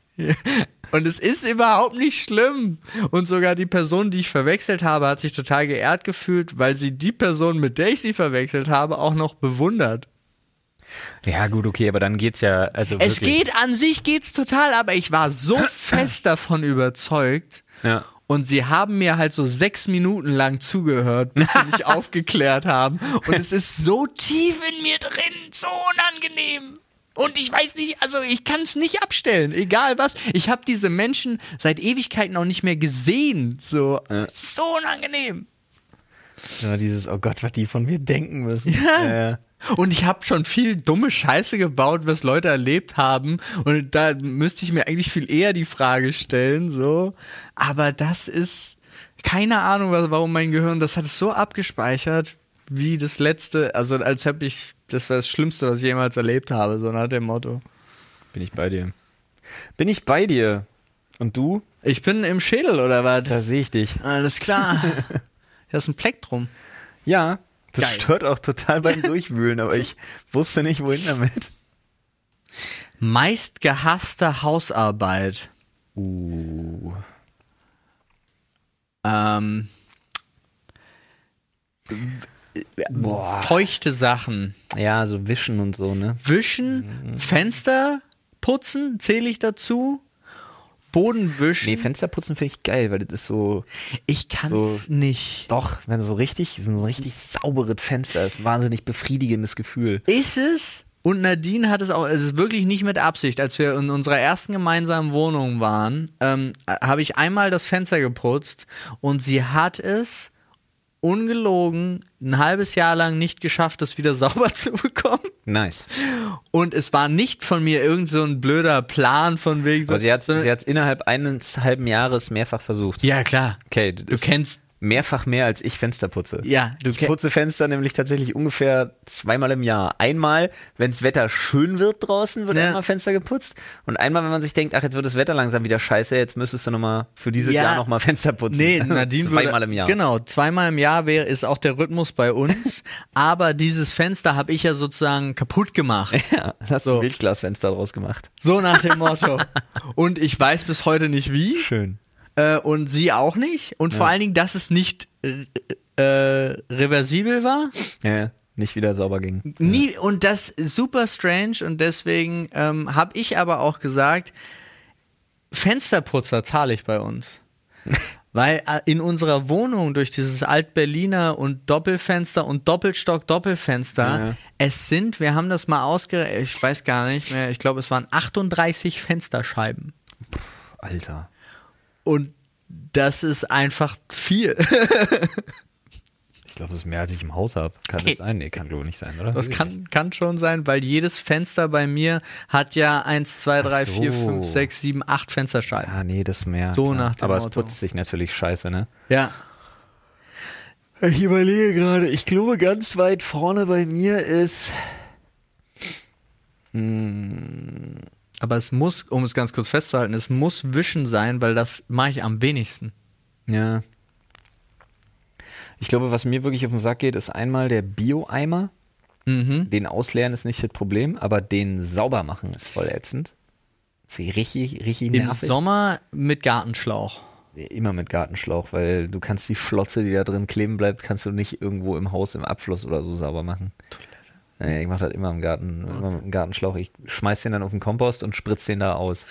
und es ist überhaupt nicht schlimm. Und sogar die Person, die ich verwechselt habe, hat sich total geehrt gefühlt, weil sie die Person, mit der ich sie verwechselt habe, auch noch bewundert.
Ja, gut, okay, aber dann geht's ja. Also
Es
wirklich.
geht an sich geht's total, aber ich war so fest davon überzeugt.
Ja.
Und sie haben mir halt so sechs Minuten lang zugehört, bis sie mich aufgeklärt haben. Und es ist so tief in mir drin, so unangenehm. Und ich weiß nicht, also ich kann es nicht abstellen, egal was. Ich habe diese Menschen seit Ewigkeiten auch nicht mehr gesehen. So, Es ist so unangenehm.
Immer dieses, oh Gott, was die von mir denken müssen.
Ja.
Äh,
Und ich habe schon viel dumme Scheiße gebaut, was Leute erlebt haben. Und da müsste ich mir eigentlich viel eher die Frage stellen, so. Aber das ist keine Ahnung, wa- warum mein Gehirn das hat es so abgespeichert, wie das letzte, also als hätte ich, das war das Schlimmste, was ich jemals erlebt habe, so nach dem Motto.
bin ich bei dir. Bin ich bei dir. Und du?
Ich bin im Schädel oder was?
Da sehe ich dich.
Alles klar. Das ist ein Plektrum.
Ja, das
Geil.
stört auch total <laughs> beim Durchwühlen, aber ich wusste nicht, wohin damit.
Meistgehasste Hausarbeit.
Uh.
Ähm,
Boah.
feuchte Sachen.
Ja, so wischen und so, ne?
Wischen, Fenster putzen, zähle ich dazu. Boden wischen.
Nee, Fensterputzen finde ich geil, weil das ist so,
ich kann's nicht.
doch, wenn so richtig, so ein richtig sauberes Fenster ist, wahnsinnig befriedigendes Gefühl.
Ist es? Und Nadine hat es auch, es ist wirklich nicht mit Absicht. Als wir in unserer ersten gemeinsamen Wohnung waren, ähm, äh, habe ich einmal das Fenster geputzt und sie hat es ungelogen ein halbes Jahr lang nicht geschafft, es wieder <laughs> sauber zu bekommen.
Nice.
Und es war nicht von mir irgend so ein blöder Plan von wegen so.
Aber sie hat
sondern-
sie hat's innerhalb eines halben Jahres mehrfach versucht.
Äh, ja, klar.
Okay, das
Du
ist
kennst,
mehrfach mehr als ich Fenster putze.
ja, du
Ich
kennst.
putze Fenster nämlich tatsächlich ungefähr zweimal im Jahr. Einmal, wenn's Wetter schön wird draußen, wird
Ja.
einmal Fenster geputzt. Und einmal, wenn man sich denkt, ach, jetzt wird das Wetter langsam wieder scheiße, jetzt müsstest du nochmal für dieses
Ja.
Jahr nochmal Fenster putzen. <laughs>
Nee, Nadine
Zweimal
würde,
im Jahr.
Genau, zweimal im Jahr wäre ist auch der Rhythmus bei uns, aber dieses Fenster habe ich ja sozusagen kaputt gemacht,
<laughs> Ja, hast
So.
ein Wildglasfenster draus gemacht.
so nach dem Motto. Und ich weiß bis heute nicht wie
Schön.
äh, und sie auch nicht und vor allen Dingen, dass es nicht äh, äh, reversibel war.
Ja, nicht wieder sauber ging.
Nie, und das ist super strange und deswegen ähm, habe ich aber auch gesagt, Fensterputzer zahle ich bei uns. Weil äh, in unserer Wohnung durch dieses Alt-Berliner und Doppelfenster und Doppelstock-Doppelfenster,
Ja.
es sind, wir haben das mal ausgerechnet, ich weiß gar nicht mehr, ich glaube, es waren 38 Fensterscheiben.
Alter.
Und das ist einfach viel.
Ich glaube, das ist mehr, als ich im Haus habe. Kann das sein? Nee, kann glaube ich nicht sein, oder?
Das kann, kann schon sein, weil jedes Fenster bei mir hat ja 1, 2, 3,
Ach
4,
so.
5, 6, 7, 8 Fensterscheiben.
Ah, nee, das ist mehr.
So
klar.
nach dem
Aber es
Motto.
putzt sich natürlich scheiße, ne?
Ja.
Ich überlege gerade, ich glaube, ganz weit vorne bei mir ist.
Aber es muss, um es ganz kurz festzuhalten, es muss Wischen sein, weil das mache ich am wenigsten.
Ja. Ich glaube, was mir wirklich auf den Sack geht, ist einmal der Bio-Eimer.
Mhm.
Den ausleeren ist nicht das Problem, aber den sauber machen ist voll ätzend. Richtig, richtig
Im
nervig.
Sommer mit Gartenschlauch. <laughs>
Immer mit Gartenschlauch, weil du kannst die Schlotze, die da drin kleben bleibt, kannst du nicht irgendwo im Haus im Abfluss oder so sauber machen. Naja, ich mache das immer im Garten, immer mit dem Gartenschlauch. Ich schmeiß den dann auf den Kompost und spritz den da aus.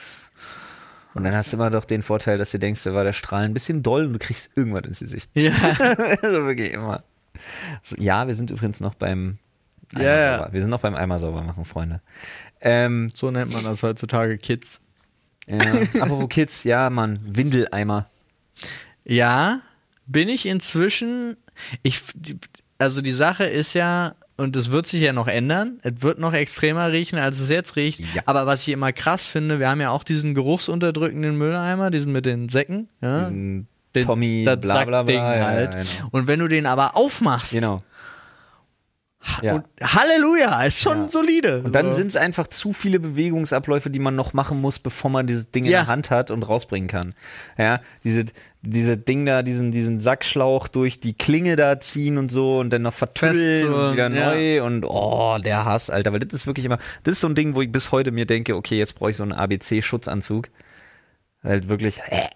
Und dann hast du immer doch den Vorteil, dass du denkst, da war der Strahl ein bisschen doll und du kriegst irgendwas
<laughs>
ins Gesicht.
Ja.
also wirklich immer. So, ja, wir sind übrigens noch beim Eimer
Ja, ja.
sauber. Wir sind noch beim Eimer sauber machen, Freunde. Ähm,
So nennt man das heutzutage Kids. <laughs>
ja, apropos Kids, ja, Mann, Windeleimer.
Ja, bin ich inzwischen. Ich, also die Sache ist ja, und es wird sich ja noch ändern, es wird noch extremer riechen, als es jetzt riecht.
Ja.
Aber was ich immer krass finde, wir haben ja auch diesen geruchsunterdrückenden Mülleimer, diesen mit den Säcken. Ja?
Diesen
Den-
Tommy,
das
bla bla bla.
Sackding
ja, ja,
halt.
genau.
Und wenn du den aber aufmachst,
Genau. Ja.
und Halleluja, ist schon
Ja.
solide.
Und dann
so.
sind es einfach zu viele Bewegungsabläufe, die man noch machen muss, bevor man dieses Ding
Ja.
in der Hand hat und rausbringen kann. Ja, diese, diese Ding da, diesen, diesen Sackschlauch durch die Klinge da ziehen und so und dann noch vertütteln
Festzuhören,
und wieder
ja.
neu und oh, der Hass, Alter. Weil das ist wirklich immer, das ist so ein Ding, wo ich bis heute mir denke, okay, jetzt brauche ich so einen ABC-Schutzanzug. Halt wirklich, äh.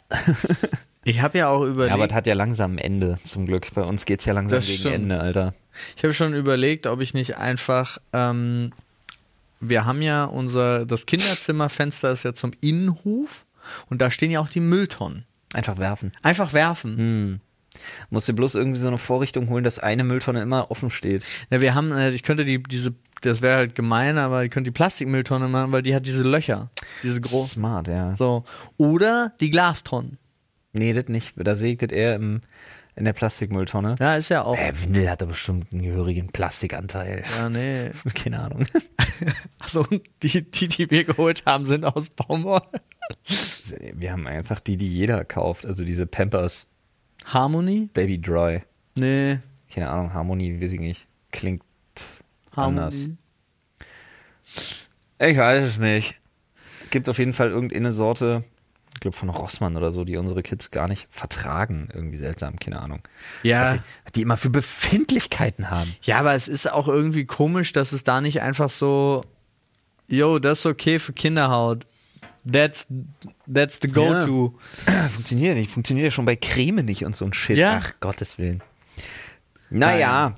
ich habe ja auch überlegt,
aber das hat ja langsam ein Ende, zum Glück. Bei uns geht's ja langsam
Das
gegen
stimmt.
Ende, Alter.
Ich habe schon überlegt, ob ich nicht einfach. Ähm, wir haben ja unser. Das Kinderzimmerfenster ist ja zum Innenhof und da stehen ja auch die Mülltonnen.
Einfach werfen.
Einfach werfen.
Musst dir bloß irgendwie so eine Vorrichtung holen, dass eine Mülltonne immer offen steht.
Na, wir haben. Äh, ich könnte die, diese. Das wäre halt gemein, aber ich könnte die Plastikmülltonne machen, weil die hat diese Löcher. Diese großen.
Smart, ja.
So. Oder die Glastonnen.
Nee, das nicht. Da sehe ich das eher im, in der Plastikmülltonne.
Ja, ist ja auch.
Äh, Windel hat da bestimmt einen gehörigen Plastikanteil. <laughs>
Ja, <laughs> nee.
Keine Ahnung. <laughs>
Achso, und die, die, die wir geholt haben, sind aus Baumwolle.
Wir haben einfach die, die jeder kauft. Also diese Pampers
Harmony?
Baby Dry.
Nee.
Keine Ahnung, Harmonie, weiß ich nicht. Klingt anders.
Harmony.
Ich weiß es nicht. Gibt auf jeden Fall irgendeine Sorte, ich glaube von Rossmann oder so, die unsere Kids gar nicht vertragen. Irgendwie seltsam, keine Ahnung.
Ja.
Die immer für Befindlichkeiten haben.
Ja, aber es ist auch irgendwie komisch, dass es da nicht einfach so, yo, das ist okay für Kinderhaut. That's, that's the go-to.
Äh, Funktioniert ja nicht. Funktioniert ja schon bei Creme nicht und so ein Shit.
Ja.
Ach, Gottes Willen. Naja,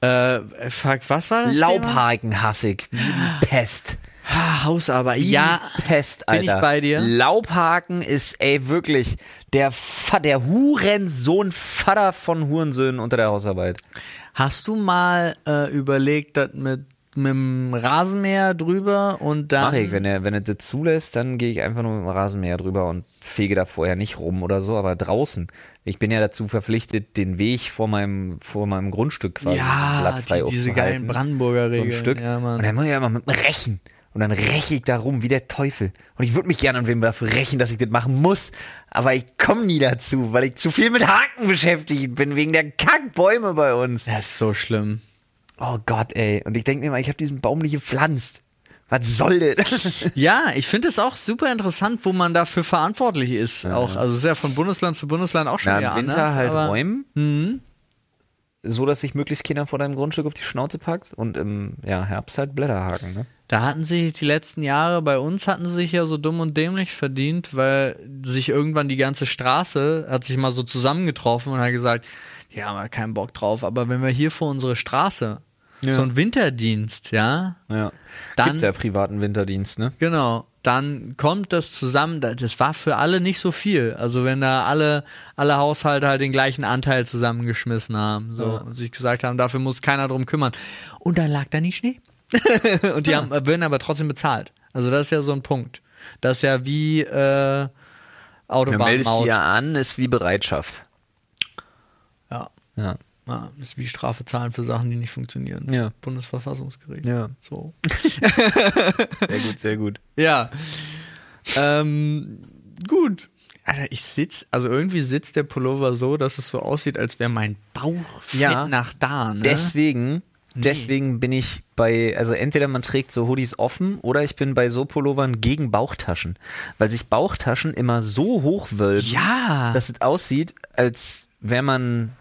Äh, fuck, was war das? Thema?
Laubhaken hassig. Wie
<gasps>
die Pest.
Ah, Hausarbeit.
Wie
Ja,
die Pest, Alter.
bin ich bei dir.
Laubhaken ist, ey, wirklich der, Fa der Hurensohn, Vater von Hurensöhnen unter der Hausarbeit.
hast du mal äh, überlegt, das mit, mit dem Rasenmäher drüber und dann.
Mach ich, wenn er, wenn er das zulässt, dann gehe ich einfach nur mit dem Rasenmäher drüber und fege da vorher nicht rum oder so, aber draußen. Ich bin ja dazu verpflichtet, den Weg vor meinem, vor meinem Grundstück quasi
ja,
blattfrei
die, diese
aufzuhalten.
geilen Brandenburger
so ein
Regeln.
Stück.
Ja,
und
Mann.
dann muss ich immer mit dem rächen. Und dann räche ich da rum wie der Teufel. Und ich würde mich gerne an wem dafür rächen, dass ich das machen muss. Aber ich komme nie dazu, weil ich zu viel mit Haken beschäftigt bin, wegen der Kackbäume bei uns.
Das ist so schlimm.
Oh Gott, ey. Und ich denke mir immer, ich habe diesen Baum nicht gepflanzt. Was soll <laughs> das?
Ja, ich finde es auch super interessant, wo man dafür verantwortlich ist. Auch, also es ist ja von Bundesland zu Bundesland auch schon
Na,
wieder
im Winter
anders.
halt
aber hm.
räumen. So, dass sich möglichst keiner vor deinem Grundstück auf die Schnauze packt. Und im ja, Herbst halt Blätterhaken, ne?
Da hatten sie die letzten Jahre bei uns hatten sie sich ja so dumm und dämlich verdient, weil sich irgendwann die ganze Straße hat sich mal so zusammengetroffen und hat gesagt, ja, haben wir keinen Bock drauf, aber wenn wir hier vor unsere Straße so einen Winterdienst, ja,
Ja.
Dann-
Gibt's ja privaten Winterdienst, ne?
genau, dann kommt das zusammen. Da- Das war für alle nicht so viel. Also wenn da alle alle Haushalte halt den gleichen Anteil zusammengeschmissen haben, so und sich gesagt haben, dafür muss keiner drum kümmern. Und dann lag da nie Schnee. <laughs> und die haben, werden aber trotzdem bezahlt. Also das ist ja so ein Punkt. Das ist ja wie äh,
Du meldest
Autobahnmaut.
sie ja an, ist wie Bereitschaft.
Ja.
Ja.
Ja, ist wie Strafe zahlen für Sachen, die nicht funktionieren.
Ja.
Bundesverfassungsgericht.
Ja.
So.
Sehr gut, sehr gut. Ne?
Ja. ähm, gut. Alter, ich sitz, also irgendwie sitzt der Pullover so, dass es so aussieht, als wäre mein Bauch fett
Ja.
nach da. Ne?
Deswegen, deswegen bin ich bei, also entweder man trägt so Hoodies offen oder ich bin bei so Pullovern gegen Bauchtaschen. Weil sich Bauchtaschen immer so hochwölben,
ja.
dass es aussieht, als wäre man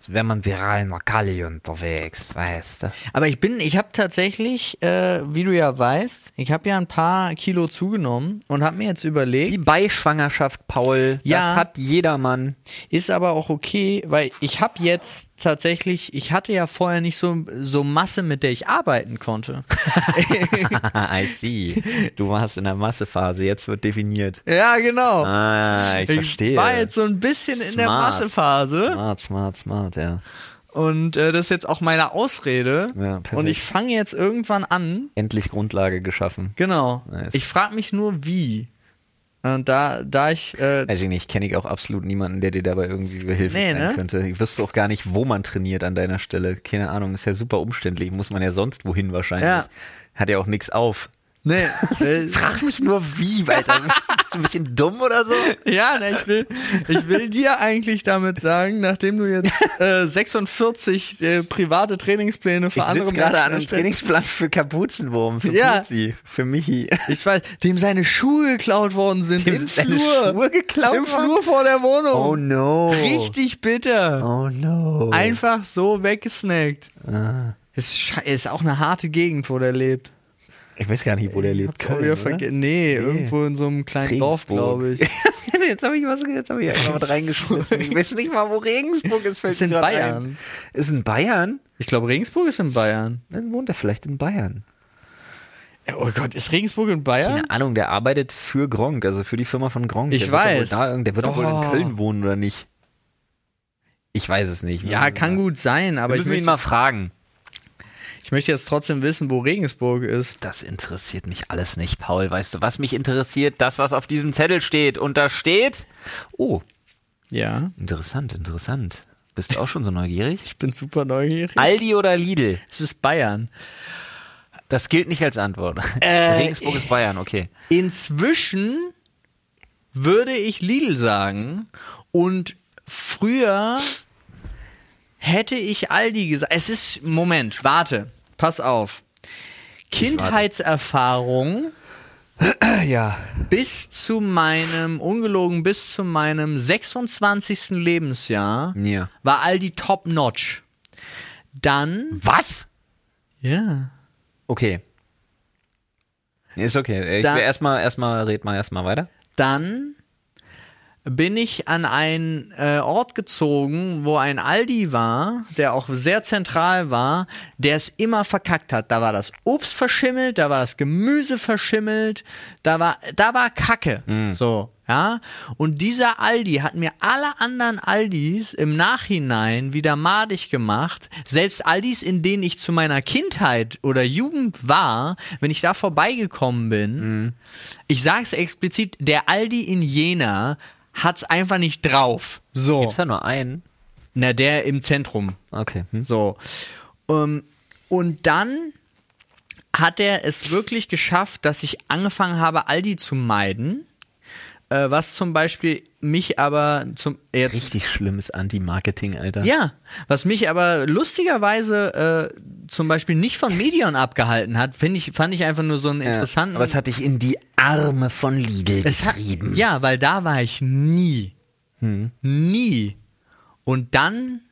Jetzt wäre man viral in Makali unterwegs, weißt du.
Aber ich bin, ich habe tatsächlich, äh, wie du ja weißt, ich habe ja ein paar Kilo zugenommen und habe mir jetzt überlegt,
Die Beischwangerschaft, Paul,
Ja.
das hat jedermann.
Ist aber auch okay, weil ich habe jetzt tatsächlich, ich hatte ja vorher nicht so, so Masse, mit der ich arbeiten
<laughs>
konnte. <laughs>
I see. Du warst in der Massephase, jetzt wird definiert.
ja, genau.
Ah, ich,
ich
verstehe.
war jetzt so ein bisschen in der
Smart.
Massephase
smart, smart, smart, ja.
und äh, das ist jetzt auch meine Ausrede.
Ja, perfekt.
und ich fange jetzt irgendwann an.
Endlich Grundlage geschaffen.
Genau.
Nice.
Ich frage mich nur, wie. Und da, da ich, äh,
Weiß ich nicht, kenne ich auch absolut niemanden, der dir dabei irgendwie behilflich
Nee,
sein
ne?
könnte. Ich wüsste auch gar nicht, wo man trainiert an deiner Stelle. Keine Ahnung, ist ja super umständlich. Muss man ja sonst wohin wahrscheinlich.
Ja.
Hat ja auch nichts auf.
nee,
<laughs>
äh,
Frag mich nur wie, <laughs> Alter. Bist du ein bisschen dumm oder so?
Ja, ne, ich will, ich will dir eigentlich damit sagen, nachdem du jetzt äh, 46 äh, private Trainingspläne für
Ich
andere
sitze gerade an einem
erstellst-
Trainingsplan für Kapuzenwurm, für
Ja.
Putzi, für Michi.
Ich weiß, dem seine Schuhe geklaut worden sind
Dem
im
sind seine
Flur,
Schuhe geklaut
im
worden?
Flur vor der
Oh
Wohnung.
no.
Richtig bitter.
Oh no. Ah.
Einfach so weggesnackt. Ist, sche- ist auch eine harte Gegend, wo der lebt.
ich weiß gar nicht, wo der lebt.
Hab ich auch verge- nee, irgendwo in so einem kleinen Dorf, <laughs>
Regensburg.
glaube ich.
jetzt habe ich was, jetzt habe ich einfach was reingeschmissen. Ich weiß nicht mal, wo Regensburg ist. fällt
Ist in
mir grad
Bayern.
Ein. Ist in Bayern?
Ich glaube, Regensburg ist in Bayern.
Dann wohnt er vielleicht in Bayern.
Oh Gott, ist Regensburg in Bayern?
Keine Ahnung, der arbeitet für Gronk, also für die Firma von Gronk.
Ich
der wird doch
weiß.
Wohl da, irgend- der wird doch wohl in
Oh.
Köln wohnen oder nicht? Ich weiß es nicht.
Ja, kann gut sein,
Aber
aber ich
müssen ihn
möchte,
mal fragen.
ich möchte jetzt trotzdem wissen, wo Regensburg ist.
Das interessiert mich alles nicht, Paul. Weißt du, was mich interessiert? Das, was auf diesem Zettel steht. Und da steht. Oh,
Ja.
interessant, interessant. Bist du auch schon so neugierig?
Ich bin super neugierig.
Aldi oder Lidl?
Es ist Bayern.
Das gilt nicht als Antwort.
Äh,
<laughs> Regensburg ist Bayern, okay.
Inzwischen würde ich Lidl sagen und früher hätte ich Aldi gesagt. Es ist, Moment, warte, pass auf. Kindheitserfahrung
äh, Ja.
bis zu meinem, ungelogen, bis zu meinem 26. Lebensjahr
Ja.
war Aldi top notch. Dann,
Was?
ja,
Okay. Ist okay. Ich
Da-
will erstmal, erstmal, red mal erstmal weiter.
dann bin ich an einen äh, Ort gezogen, wo ein Aldi war, der auch sehr zentral war, der es immer verkackt hat. Da war das Obst verschimmelt, da war das Gemüse verschimmelt, da war da war Kacke. So, ja? Und dieser Aldi hat mir alle anderen Aldis im Nachhinein wieder madig gemacht, selbst Aldis, in denen ich zu meiner Kindheit oder Jugend war, wenn ich da vorbeigekommen bin, ich sag's explizit, der Aldi in Jena hat's einfach nicht drauf. So.
Gibt's da nur einen?
Na, der im Zentrum.
Okay. Hm.
So. Ähm, und dann hat er es wirklich geschafft, dass ich angefangen habe, Aldi zu meiden. Äh, was zum Beispiel mich aber zum jetzt
Richtig schlimmes Anti-Marketing, Alter.
ja, was mich aber lustigerweise äh, zum Beispiel nicht von Medion abgehalten hat, finde ich, fand ich einfach nur so einen interessanten.
Aber es hat dich in die Arme von Lidl
Es hat,
getrieben.
ja, weil da war ich nie. Hm. Nie. Und dann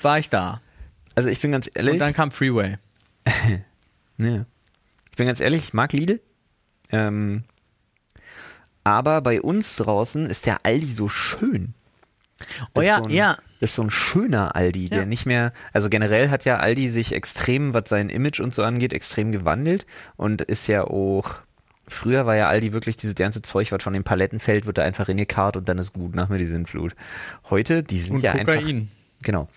war ich da.
Also ich bin ganz ehrlich.
Und dann kam Freeway.
Ja. Ich bin ganz ehrlich, ich mag Lidl. Ähm, aber bei uns draußen ist der Aldi so schön.
Oh
Ist
ja,
so ein,
ja.
Ist so ein schöner Aldi, der
Ja.
nicht mehr, also generell hat ja Aldi sich extrem, was sein Image und so angeht, extrem gewandelt und ist ja auch, früher war ja Aldi wirklich dieses ganze Zeug, was von den Paletten fällt, wird da einfach in die Karte und dann ist gut, nach mir die Sinnflut. Heute, die sind
Und
ja einfach,
Kokain.
Genau.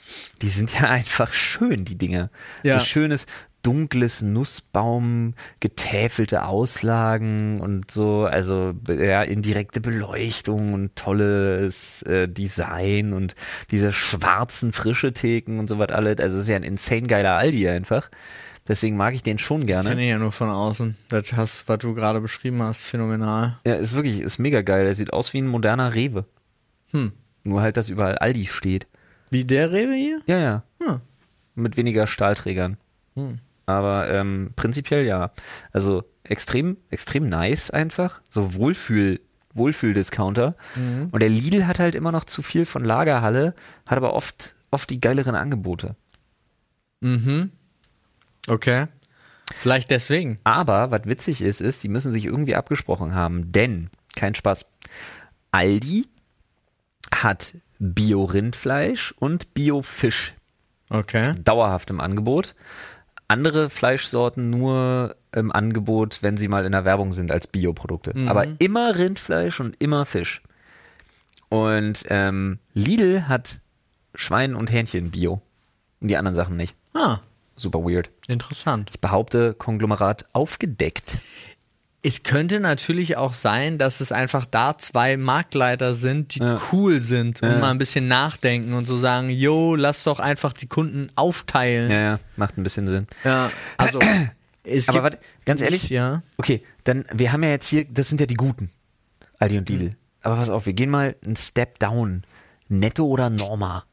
Die sind ja <laughs> einfach schön, die Dinger.
Ja.
So schönes, dunkles Nussbaum, getäfelte Auslagen und so, also be- ja, indirekte Beleuchtung und tolles äh, Design und diese schwarzen frische Theken und so was alles. Also es ist ja ein insane geiler Aldi einfach. Deswegen mag ich den schon
Kenne
gerne.
ich ja nur von außen. Das hast, was du gerade beschrieben hast, phänomenal.
Ja, ist wirklich, ist mega geil. Er sieht aus wie ein moderner Rewe.
Hm.
Nur halt, dass überall Aldi steht.
Wie der Rewe hier?
Ja, ja.
Hm.
mit weniger Stahlträgern. Aber ähm, prinzipiell ja. Also extrem, extrem nice einfach. So Wohlfühl, Wohlfühl-Discounter. Und der Lidl hat halt immer noch zu viel von Lagerhalle, hat aber oft oft die geileren Angebote.
Mhm. Okay. Vielleicht deswegen.
Aber was witzig ist, ist, die müssen sich irgendwie abgesprochen haben, denn, kein Spaß, Aldi hat Bio-Rindfleisch und Bio-Fisch
Okay.
dauerhaft im Angebot. Andere Fleischsorten nur im Angebot, wenn sie mal in der Werbung sind als Bioprodukte.
Mhm.
Aber immer Rindfleisch und immer Fisch. Und ähm, Lidl hat Schwein und Hähnchen Bio. Und die anderen Sachen nicht.
Ah,
Super weird.
interessant.
Behaupte Konglomerat aufgedeckt.
Es könnte natürlich auch sein, dass es einfach da zwei Marktleiter sind, die cool sind und mal ein bisschen nachdenken und so sagen, yo, lass doch einfach die Kunden aufteilen.
Ja, ja, macht ein bisschen Sinn.
Ja, also <clears throat> es
Aber
gibt,
warte, ganz ehrlich,
ja.
okay, dann, wir haben ja jetzt hier, das sind ja die Guten, Aldi
Mhm.
und Lidl. Aber pass auf, wir gehen mal einen Step down. Netto oder Norma?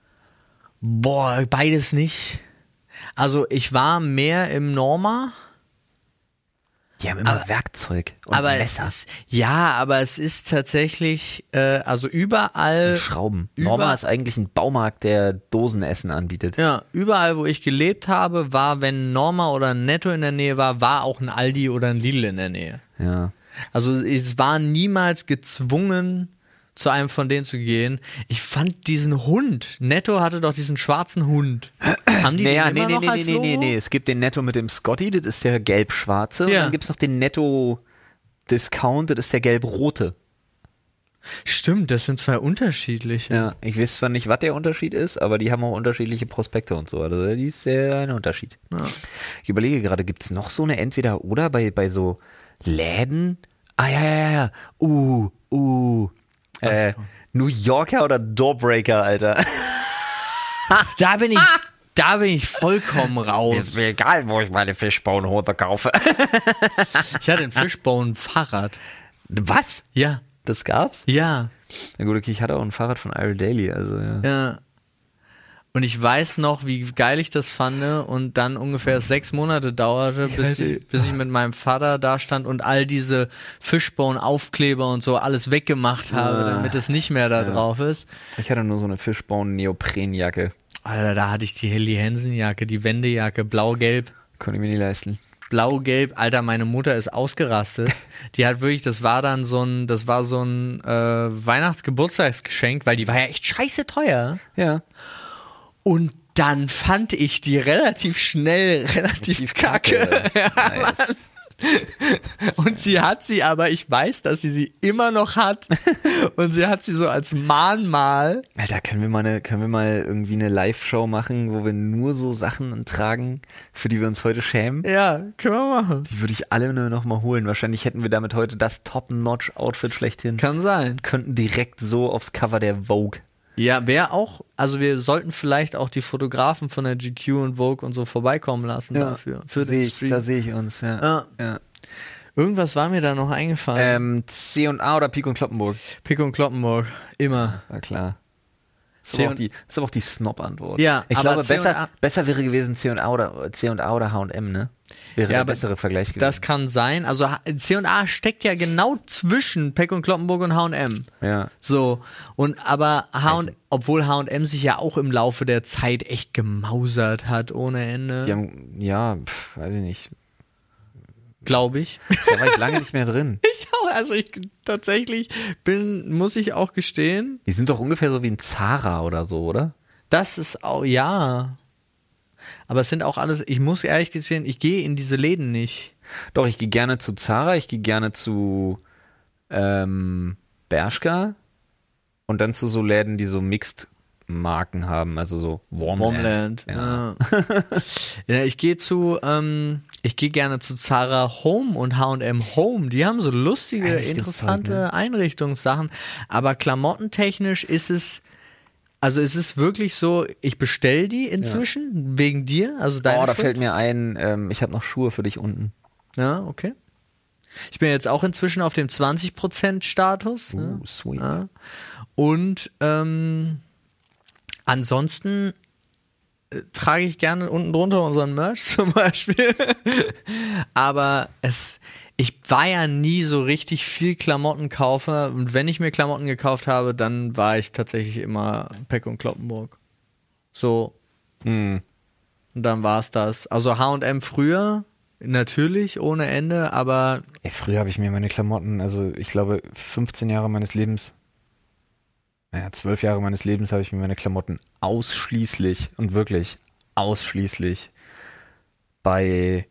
boah, beides nicht. Also ich war mehr im Norma,
Die haben immer Werkzeug und
aber
Messer
es ist, ja, aber es ist tatsächlich, äh, also überall,
und Schrauben.
über-
Norma ist eigentlich ein Baumarkt, der Dosenessen anbietet.
ja, überall, wo ich gelebt habe, war, wenn Norma oder ein Netto in der Nähe war, war auch ein Aldi oder ein Lidl in der Nähe.
Ja.
Also es war niemals gezwungen, zu einem von denen zu gehen. Ich fand diesen Hund. Netto hatte doch diesen schwarzen Hund. Haben die
Naja,
den
nee,
immer
nee,
noch
nee,
als
nee, nee,
Logo?
nee. Es gibt den Netto mit dem Scotty, das ist der gelb-schwarze. Und
Ja.
dann gibt es noch den Netto-Discount, das ist der gelb-rote.
Stimmt, das sind zwei unterschiedliche.
Ja, ich weiß zwar nicht, was der Unterschied ist, aber die haben auch unterschiedliche Prospekte und so. Also die ist sehr ein Unterschied. Ich überlege gerade, gibt's noch so eine Entweder-Oder bei, bei so Läden? Ah ja, ja, ja, ja. Uh, uh. Äh, New Yorker oder Doorbreaker, <laughs> Alter?
Da bin ich,
Ah!
da bin ich vollkommen raus.
mir egal, wo ich meine Fischbaunhose kaufe.
Ich hatte ein Fishbone-Fahrrad.
<laughs> Was?
Ja,
Das gab's?
ja,
Na gut, okay, ich hatte auch ein Fahrrad von Iron Daily, also ja.
ja. Und ich weiß noch, wie geil ich das fand und dann ungefähr sechs Monate dauerte, bis
Alter.
ich, bis ich mit meinem Vater da stand und all diese Fishbone-Aufkleber und so alles weggemacht habe, damit es nicht mehr da drauf ist.
Ich hatte nur so eine Fischbaun-Neoprenjacke.
Alter, da hatte ich die Helly Hansen-Jacke, die Wendejacke, blau-gelb.
Konnte ich mir nicht leisten.
Blau-gelb, Alter, meine Mutter ist ausgerastet. Die hat wirklich, das war dann so ein, das war so ein äh, Weihnachtsgeburtstagsgeschenk, weil die war ja echt scheiße teuer.
Ja.
Und dann fand ich die relativ schnell relativ kacke.
<laughs> nice.
Und sie hat sie aber, ich weiß, dass sie sie immer noch hat. Und sie hat sie so als Mahnmal.
Alter, können wir mal, eine, können wir mal irgendwie eine Live-Show machen, wo wir nur so Sachen tragen, für die wir uns heute schämen?
Ja, können wir machen.
Die würde ich alle nur noch mal holen. Wahrscheinlich hätten wir damit heute das Top-Notch-Outfit schlechthin.
Kann sein.
könnten direkt so aufs Cover der Vogue.
Ja, wäre auch, also wir sollten vielleicht auch die Fotografen von der GQ und Vogue und so vorbeikommen lassen dafür. Für
Seh
den
ich,
Stream.
da sehe ich uns, ja.
Ja.
ja.
Irgendwas war mir da noch eingefallen.
Ähm, C&A oder Pik und Kloppenburg?
Pick und Kloppenburg, immer.
Na klar. Ist
C
aber, auch
und-
die, ist aber auch die Snob-Antwort.
Ja,
ich
aber
glaube,
C&A
besser, besser wäre gewesen C&A oder, C&A oder H&M, ne?
Ja,
Wäre der
aber
bessere Vergleich gewesen.
Das kann sein. Also C&A steckt ja genau zwischen Peck und Kloppenburg und H&M.
ja.
So, und aber H und, obwohl H&M sich ja auch im Laufe der Zeit echt gemausert hat ohne
Die
Ende,
haben, ja, pf, weiß ich nicht.
glaube ich. <laughs>
Da war ich lange nicht mehr drin.
ich auch, also ich tatsächlich bin, muss ich auch gestehen,
Die sind doch ungefähr so wie ein Zara oder so, oder?
das ist auch, ja. Aber es sind auch alles, ich muss ehrlich gestehen, ich gehe in diese Läden nicht.
Doch, ich gehe gerne zu Zara, ich gehe gerne zu ähm, Bershka und dann zu so Läden, die so Mixed-Marken haben, also so Warmland.
Homeland.
Ja.
Ja. ja, ich gehe zu, ähm, ich gehe gerne zu Zara Home und H&M Home. Die haben so lustige,
Einrichtungszeug,
interessante
ne?
Einrichtungssachen. Aber klamottentechnisch ist es, also es ist wirklich so, ich bestell die inzwischen wegen dir, also deine
Oh, da
Schuld.
fällt mir ein, ähm, ich habe noch Schuhe für dich unten.
Ja, okay. Ich bin jetzt auch inzwischen auf dem 20% Status. ne?
Oh, sweet.
Ja. Und ähm, ansonsten äh, trage ich gerne unten drunter unseren Merch <laughs> zum Beispiel. Aber es, ich war ja nie so richtig viel Klamottenkaufer. Und wenn ich mir Klamotten gekauft habe, dann war ich tatsächlich immer Peck und Kloppenburg. So.
Hm.
Und dann war's das. Also HM früher, natürlich, ohne Ende, aber
Ey, früher habe ich mir meine Klamotten, also ich glaube 15 Jahre meines Lebens, naja, 12 Jahre meines Lebens habe ich mir meine Klamotten ausschließlich und wirklich ausschließlich bei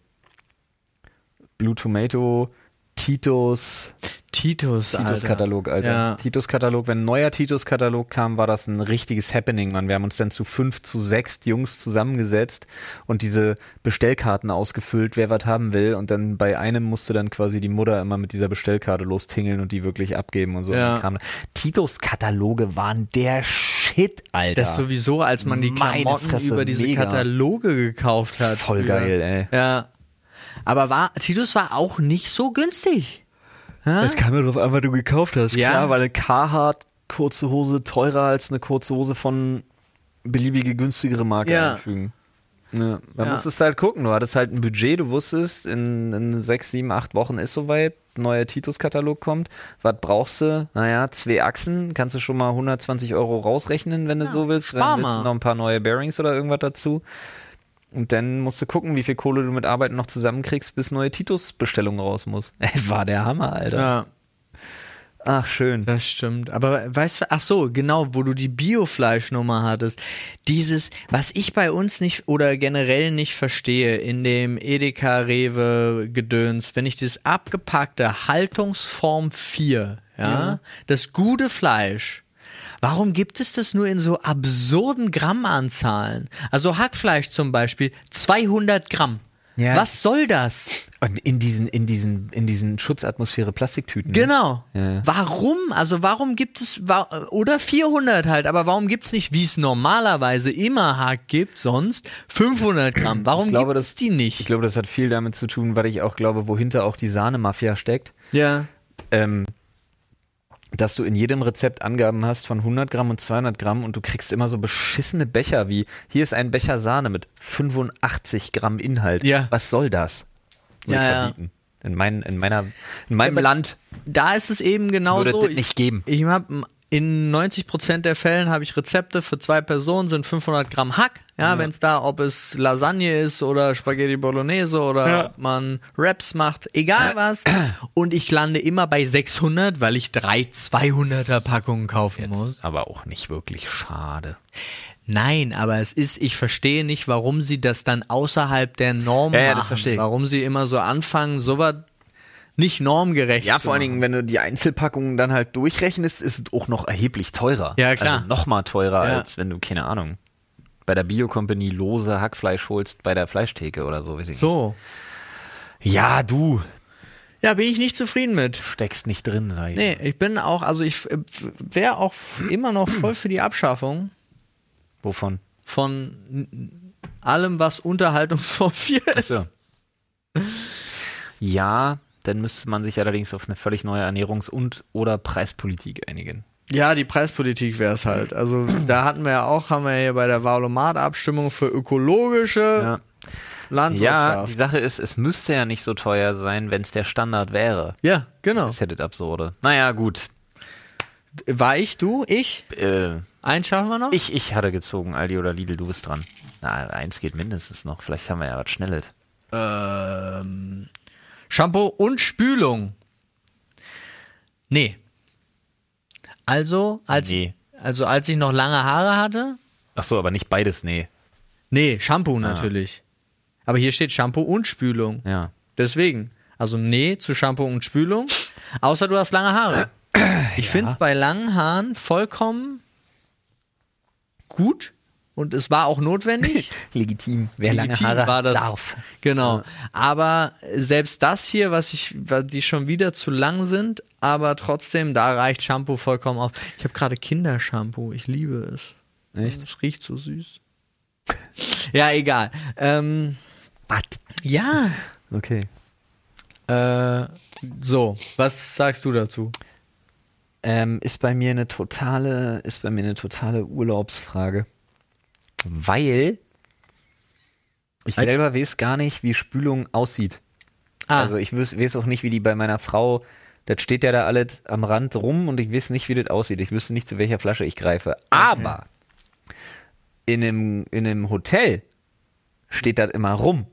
Blue Tomato, Titos,
Titus,
Titus
Alter.
Katalog, Alter.
Ja.
Titus Katalog, wenn ein neuer Titus Katalog kam, war das ein richtiges Happening, Mann. Wir haben uns dann zu fünf, zu sechs Jungs zusammengesetzt und diese Bestellkarten ausgefüllt, wer was haben will. Und dann bei einem musste dann quasi die Mutter immer mit dieser Bestellkarte lostingeln und die wirklich abgeben und so.
Ja.
Und dann kam, Titus Kataloge waren der Shit, Alter.
Das sowieso, als man die
Meine
Klamotten
Fresse,
über diese
mega.
Kataloge gekauft hat.
Voll
früher.
geil, ey.
Ja. Aber war, Titus war auch nicht so günstig. Ja?
Es kam ja drauf an, was du gekauft hast.
Ja.
Klar, weil eine Carhartt kurze Hose teurer als eine kurze Hose von beliebige günstigere Marke
Ja.
einfügen. Ja. Da
Ja.
musstest du halt gucken. Du hattest halt ein Budget, du wusstest, in, in sechs, sieben, acht Wochen ist soweit, neuer Titus-Katalog kommt. Was brauchst du? Naja, zwei Achsen, kannst du schon mal 120 Euro rausrechnen, wenn du so willst.
spar
Dann willst
mal.
du noch ein paar neue Bearings oder irgendwas dazu. Und dann musst du gucken, wie viel Kohle du mit Arbeiten noch zusammenkriegst, bis neue Titus-Bestellung raus muss. <laughs> Ey, War der Hammer, Alter.
ja.
Ach, schön.
Das stimmt. Aber weißt du, ach so, genau, wo du die Biofleischnummer hattest. Dieses, was ich bei uns nicht oder generell nicht verstehe, in dem Edeka Rewe Gedöns, wenn ich das abgepackte Haltungsform 4, ja, das gute Fleisch, Warum gibt es das nur in so absurden Grammanzahlen? Also Hackfleisch zum Beispiel, 200 Gramm.
Ja.
Was soll das?
Und in diesen, in diesen, in diesen Schutzatmosphäre Plastiktüten.
Genau.
Ne? Ja.
Warum? Also warum gibt es wa- oder 400 halt, aber warum gibt es nicht, wie es normalerweise immer Hack gibt, sonst 500 Gramm? Warum
glaube,
gibt es
das-
die
Ich
nicht?
glaube, das hat viel damit zu tun, weil ich auch glaube, wohinter auch die Sahne-Mafia steckt,
Ja,
ähm, dass du in jedem Rezept Angaben hast von 100 Gramm und 200 Gramm und du kriegst immer so beschissene Becher wie, hier ist ein Becher Sahne mit 85 Gramm Inhalt.
Ja.
Was soll das? Will
Ja,
ich
ja.
verbieten. In, mein, in, meiner, in meinem
aber
Land
da ist es eben genau
würde
so.
das nicht geben.
Ich habe in 90% der Fällen habe ich Rezepte für zwei Personen sind 500 Gramm Hack. Ja, wenn es da, ob es Lasagne ist oder Spaghetti Bolognese oder
Ja.
ob man Wraps macht,
<clears throat>
egal was. Und ich lande immer bei 600, weil ich drei 200er Packungen kaufen muss.
Aber auch nicht wirklich schade.
Nein, aber es ist, ich verstehe nicht, warum sie das dann außerhalb der Norm
Ja, ja, das
machen.
verstehe ich.
Warum sie immer so anfangen, sowas nicht normgerecht
Ja,
zu
vor allen
machen.
Dingen, wenn du die Einzelpackungen dann halt durchrechnest, ist es auch noch erheblich teurer.
Ja, klar.
Also nochmal teurer,
Ja.
als wenn du, keine Ahnung, bei der Bio-Company lose Hackfleisch holst bei der Fleischtheke oder so. Weiß ich
So.
nicht. Ja, du
Ja, bin ich nicht zufrieden mit.
steckst nicht drin, sag ich.
Nee, ich bin auch, also ich wäre auch f- immer noch voll für die Abschaffung
Wovon?
von n- allem, was <laughs> Unterhaltungsform 4 ist.
So. Ja, dann müsste man sich allerdings auf eine völlig neue Ernährungs- und oder Preispolitik einigen.
Ja, die Preispolitik wäre es halt. Also da hatten wir ja auch, haben wir ja bei der Valomat-Abstimmung für ökologische
Ja. ja, die
Landwirtschaft.
Sache ist, es müsste ja nicht so teuer sein, wenn es der Standard wäre.
ja, genau.
Das hätte das absurde. Naja, gut.
War ich, du, ich?
Äh,
Eins schaffen wir noch?
Ich, ich hatte gezogen, Aldi oder Lidl, du bist dran. Na, eins geht mindestens noch. Vielleicht haben wir ja was Schnelles.
Ähm, Shampoo und Spülung. Nee. Also, als,
Nee.
also, als ich noch lange Haare hatte,
Ach so, aber nicht beides, nee.
nee, Shampoo natürlich. Aber hier steht Shampoo und Spülung.
Ah. Ja.
Deswegen. Also, nee zu Shampoo und Spülung. Außer du hast lange Haare. Ich finde es bei langen Haaren vollkommen gut und es war auch notwendig.
Legitim. Wer
Legitim war das. Genau. Aber selbst das hier, was ich, wa- die schon wieder zu lang sind, aber trotzdem, da reicht Shampoo vollkommen auf. Ich habe gerade Kindershampoo. Ich liebe es.
Echt?
Es riecht so süß. ja, egal. Ähm,
Was?
ja.
Okay.
Äh, so, was sagst du dazu?
Ähm, ist bei mir eine totale, ist bei mir eine totale Urlaubsfrage. Weil ich
Ei-
selber weiß gar nicht, wie Spülung aussieht.
Ah,
Also ich wüs- weiß auch nicht, wie die bei meiner Frau, das steht ja da alles am Rand rum und ich weiß nicht, wie das aussieht. Ich wüsste nicht, zu welcher Flasche ich greife. Aber in einem, in einem Hotel steht das immer rum.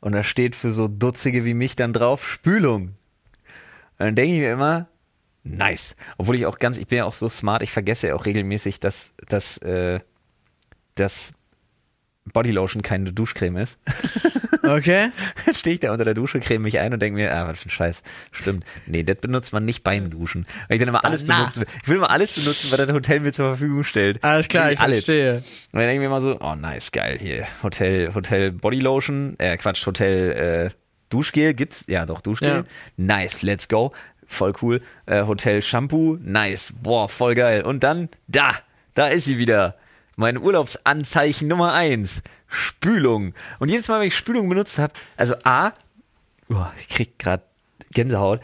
Und da steht für so Dutzige wie mich dann drauf Spülung. Und dann denke ich mir immer, nice. Obwohl ich auch ganz, ich bin ja auch so smart, ich vergesse ja auch regelmäßig, dass, dass, äh, dass Bodylotion keine Duschcreme ist.
Okay.
Dann <laughs> stehe ich da unter der Dusche, creme mich ein und denke mir, ah, was für ein Scheiß. Stimmt. Nee, das benutzt man nicht beim Duschen. Weil ich dann immer alles
Danach.
benutzen will. Ich will immer alles benutzen, was das Hotel mir zur Verfügung stellt.
Alles klar, ich
alles.
verstehe.
Und dann denke ich mir immer so, oh nice, geil, hier, Hotel, Hotel Bodylotion, äh, Quatsch, Hotel äh, Duschgel gibt's, ja doch, Duschgel,
Ja.
nice, let's go, voll cool, äh, Hotel Shampoo, nice, boah, voll geil. Und dann, da, da ist sie wieder, mein Urlaubsanzeichen Nummer eins Spülung. Und jedes Mal, wenn ich Spülung benutzt habe, also A, oh, ich krieg gerade Gänsehaut.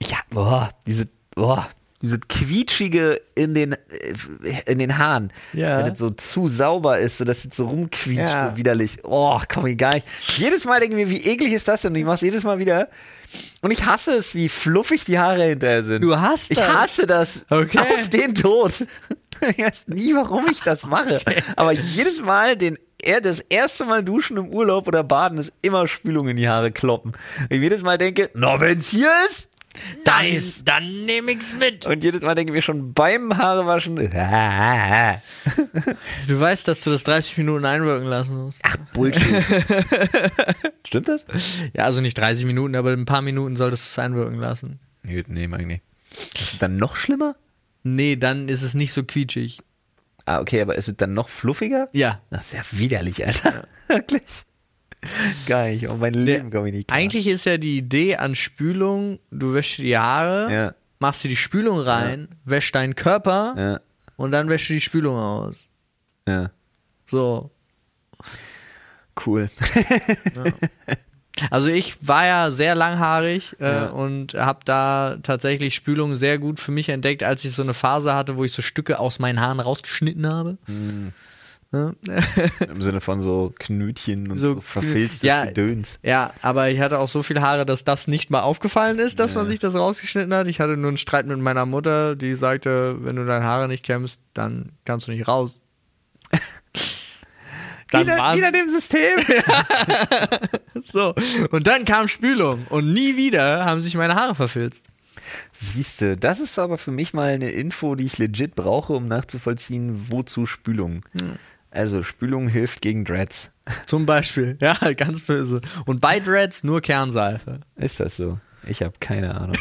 Ich hab, oh, diese, oh, diese quietschige in den, äh, in den Haaren.
Ja.
Wenn das halt so zu sauber ist, so dass es so rumquietscht,
Ja.
so widerlich. Oh, komm, ich gar nicht. Jedes Mal denke ich mir, wie eklig ist das denn? Und ich mach's jedes Mal wieder. Und ich hasse es, wie fluffig die Haare hinterher sind.
Du hasst
Ich
das?
hasse das.
Okay.
Auf den Tod. Ich weiß nie, warum ich das mache. Aber jedes Mal den er- das erste Mal duschen im Urlaub oder baden ist immer Spülung in die Haare kloppen. Und Ich jedes Mal denke, na wenn's hier ist, da ist.
dann nehm ich's mit.
Und jedes Mal denke ich mir schon beim Haarewaschen, <laughs> ah,
Du weißt, dass du das 30 Minuten einwirken lassen musst.
ach Bullshit. <laughs> Stimmt das?
Ja, also nicht 30 Minuten, aber ein paar Minuten solltest du es einwirken lassen.
Nee, nee, mag ich nicht. Ist es dann noch schlimmer?
Nee, dann ist es nicht so quietschig.
Ah, okay, aber ist es dann noch fluffiger?
Ja.
Das ist ja widerlich, Alter. <laughs> Wirklich. Gar nicht. Um mein Leben komme ich nicht klar.
Eigentlich ist ja die Idee an Spülung, du wäschst die Haare,
Ja.
machst dir die Spülung rein, wäschst deinen Körper
Ja,
und dann wäschst du die Spülung aus.
ja.
So.
<laughs> Cool.
Also ich war ja sehr langhaarig äh,
Ja.
und habe da tatsächlich Spülung sehr gut für mich entdeckt, als ich so eine Phase hatte, wo ich so Stücke aus meinen Haaren rausgeschnitten habe. Ne?
Im Sinne von so Knötchen und
So
so, verfilztes
Knö- ja.
Gedöns.
Ja, aber ich hatte auch so viel Haare, dass das nicht mal aufgefallen ist, dass man sich das rausgeschnitten hat. Ich hatte nur einen Streit mit meiner Mutter, die sagte, wenn du deine Haare nicht kämmst, dann kannst du nicht raus. <laughs> dann war's
dem System.
so. Und dann kam Spülung und nie wieder haben sich meine Haare verfilzt.
<laughs> Siehste, das ist aber für mich mal eine Info, die ich legit brauche, um nachzuvollziehen, wozu Spülung. Also Spülung hilft gegen Dreads.
Zum Beispiel. <laughs> Ja, ganz böse. Und bei Dreads nur Kernseife.
Ist das so? Ich habe keine
<laughs>
Ahnung.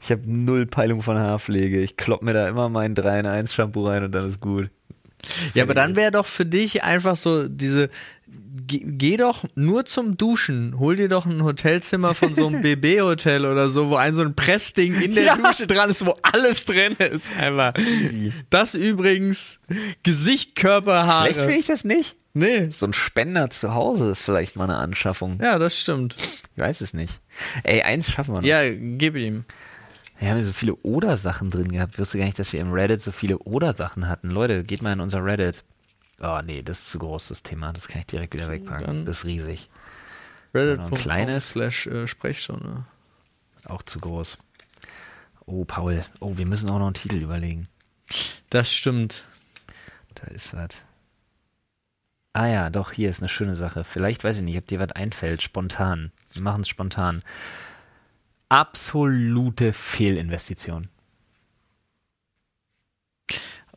ich habe null Peilung von Haarpflege. Ich klopp mir da immer mein 3 in 1 Shampoo rein und dann ist gut.
Ja, aber dann wäre doch für dich einfach so diese geh, geh doch nur zum Duschen, hol dir doch ein Hotelzimmer von so
<laughs>
einem BB Hotel oder so, wo ein so ein Pressding in der
Ja.
Dusche dran ist, wo alles drin ist, einmal. Das übrigens Gesicht, Körper, Haare.
Vielleicht finde ich das nicht.
Nee.
So ein Spender zu Hause ist vielleicht mal eine Anschaffung.
Ja, das stimmt.
Ich weiß es nicht. Ey, eins schaffen wir noch.
Ja, gib ihm.
Wir haben hier so viele Oder-Sachen drin gehabt. Ich wusste gar nicht, dass wir im Reddit so viele Oder-Sachen hatten. Leute, geht mal in unser Reddit. Oh nee, das ist zu groß, das Thema. Das kann ich direkt wieder wegpacken. Das ist riesig.
Reddit.com
kleines.
slash äh, Sprechstunde.
Auch zu groß. Oh, Paul. Oh, wir müssen auch noch einen Titel überlegen.
Das stimmt.
Da ist was. Ah ja, doch, hier ist eine schöne Sache. Vielleicht, weiß ich nicht, ob dir was einfällt. Spontan. Wir machen es spontan. Absolute Fehlinvestition.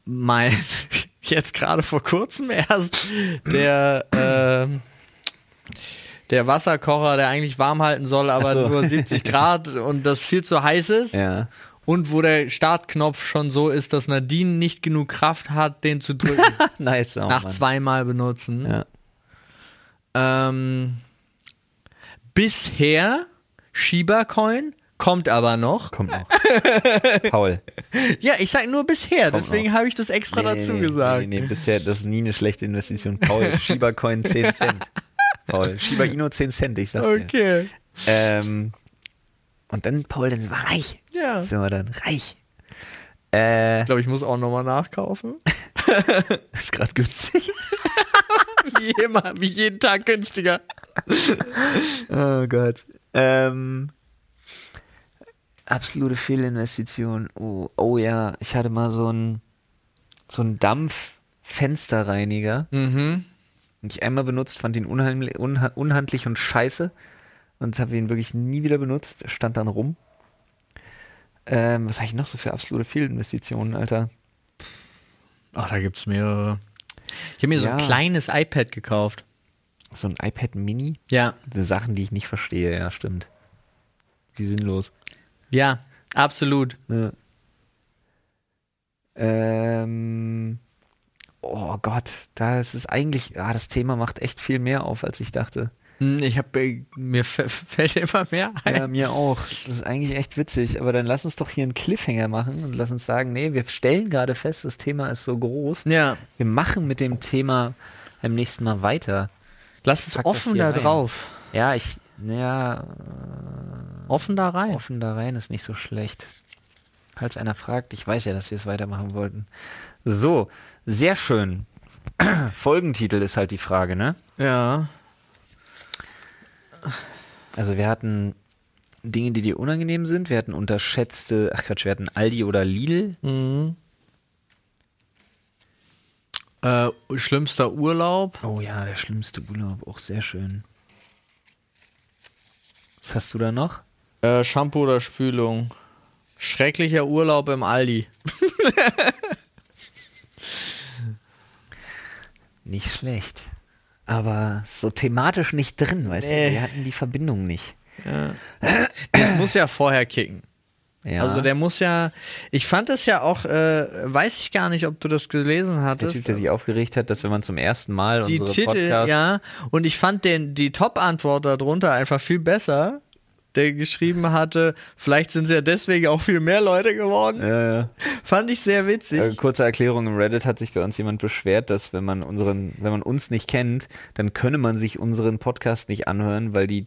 mein, <laughs> jetzt gerade vor kurzem erst, der, ähm, der Wasserkocher, der eigentlich warm halten soll, aber
Ach so.
nur
<laughs>
70 Grad und das viel zu heiß ist.
Ja.
Und wo der Startknopf schon so ist, dass Nadine nicht genug Kraft hat, den zu
<laughs>
drücken.
<laughs> nice. Auch,
nach
Oh Mann.
zweimal benutzen.
Ja.
Ähm, bisher Shiba Coin, kommt aber noch.
Kommt noch. <laughs> Paul.
Ja, ich sag nur bisher,
Kommt
deswegen habe ich das extra dazu gesagt.
Nee, nee, bisher, das ist nie eine schlechte Investition. <laughs> Paul, Shiba Coin 10 Cent. <laughs> Paul, Shiba Inu 10 Cent, ich sag's dir.
Okay.
Ähm, und dann, Paul, dann sind wir reich.
Ja.
Sind wir dann reich. Äh, <laughs>
Ich glaube, ich muss auch nochmal <laughs> nachkaufen.
ist gerade günstig.
wie immer, wie jeden Tag günstiger.
Oh Gott. Ähm, absolute Fehlinvestition. Oh, oh ja, ich hatte mal so einen so einen Dampf Fensterreiniger.
Mhm.
Und ich einmal benutzt, fand ihn unheimlich, unha- unhandlich und scheiße. Und habe ihn wirklich nie wieder benutzt. Stand dann rum. Ähm, was habe ich noch so für absolute Fehlinvestitionen, Alter?
Ach, da gibt's mehrere. Ich habe mir so ein
Ja.
kleines iPad gekauft.
So ein iPad Mini?
Ja.
Die Sachen, die ich nicht verstehe, ja, stimmt. Wie sinnlos.
Ja, absolut.
Ja. Ähm, oh Gott, das ist eigentlich, ah, das Thema macht echt viel mehr auf, als ich dachte.
Hm, Ich habe äh, mir f- fällt immer mehr ein.
Ja, mir auch. Das ist eigentlich echt witzig. Aber dann lass uns doch hier einen Cliffhanger machen und lass uns sagen, nee, wir stellen gerade fest, das Thema ist so groß.
Ja,
Wir machen mit dem Thema beim nächsten Mal weiter.
lass es
Pack das
offen
hier
da
rein.
drauf.
Ja, ich, ja,
Offen da rein.
Offen da rein ist nicht so schlecht. Falls einer fragt, ich weiß ja, dass wir es weitermachen wollten. So, sehr schön. <clears throat> Folgentitel ist halt die Frage, ne?
Ja.
Also wir hatten Dinge, die dir unangenehm sind. Wir hatten unterschätzte, ach Quatsch, wir hatten Aldi oder Lidl.
Hm. Äh, schlimmster Urlaub.
Oh ja, der schlimmste Urlaub, auch sehr schön. Was hast du da noch?
Äh, Shampoo oder Spülung. Schrecklicher Urlaub im Aldi.
Nicht schlecht. Aber so thematisch nicht drin, weißt
Nee.
du? Wir hatten die Verbindung nicht.
Das muss ja vorher kicken.
Ja.
Also der muss ja. Ich fand es ja auch, äh, weiß ich gar nicht, ob du das gelesen
Der
hattest.
Typ, der sich aufgeregt hat, dass wenn man zum ersten Mal
die
unsere
Titel,
Podcasts
ja. Und ich fand den, die Top-Antwort darunter einfach viel besser, der geschrieben hatte, vielleicht sind sie ja deswegen auch viel mehr Leute geworden.
Ja, ja.
Fand ich sehr witzig.
Äh, kurze Erklärung, im Reddit hat sich bei uns jemand beschwert, dass wenn man unseren, wenn man uns nicht kennt, dann könne man sich unseren Podcast nicht anhören, weil die,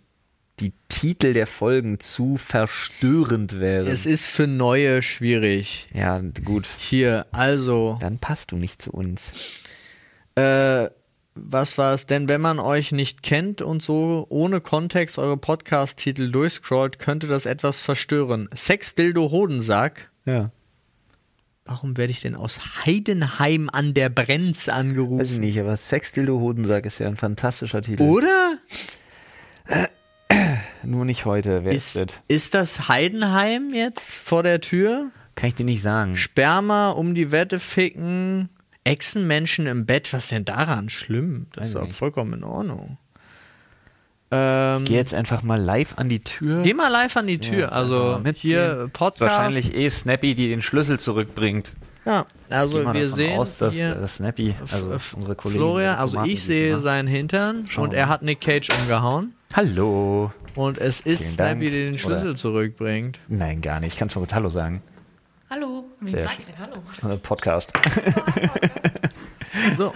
die Titel der Folgen zu verstörend wären.
es ist für Neue schwierig.
ja, gut.
Hier, also,
Dann passt du nicht zu uns.
äh, was war es denn, wenn man euch nicht kennt und so ohne Kontext eure Podcast-Titel durchscrollt, könnte das etwas verstören. Sex Dildo Hodensack.
Ja.
Warum werde ich denn aus Heidenheim an der Brenz angerufen?
Weiß ich nicht, aber Sexdildo Hodensack ist ja ein fantastischer Titel.
Oder?
Nur nicht heute, wer
Ist,
ist, das?
ist das Heidenheim jetzt vor der Tür?
Kann ich dir nicht sagen.
Sperma um die Wette ficken, Echsenmenschen im Bett, was ist denn daran schlimm? Das ist
ich
doch
nicht.
vollkommen in Ordnung. Ähm,
Geh jetzt einfach mal live an die Tür.
geh mal live an die Tür, also
mit
hier Podcast.
Wahrscheinlich eh Snappy, die den Schlüssel zurückbringt.
Ja,
Geh
also
mal
wir
davon
sehen
aus, dass, äh,
hier
dass Snappy, also
F-
unsere Kollegen.
Florian,
die
also
Tomaten
ich
süß
seehen,
machen.
seinen Hintern
Schauen
und
wir
er
mal.
hat Nick Cage umgehauen
Hallo.
und es ist
Vielen
Snappy,
Dank.
der den Schlüssel
Oder-
zurückbringt.
Nein, gar nicht. Ich kann es mal mit Hallo sagen.
Hallo,
Sehr
wem sag ich denn Hallo?
Äh, Podcast.
<laughs> So.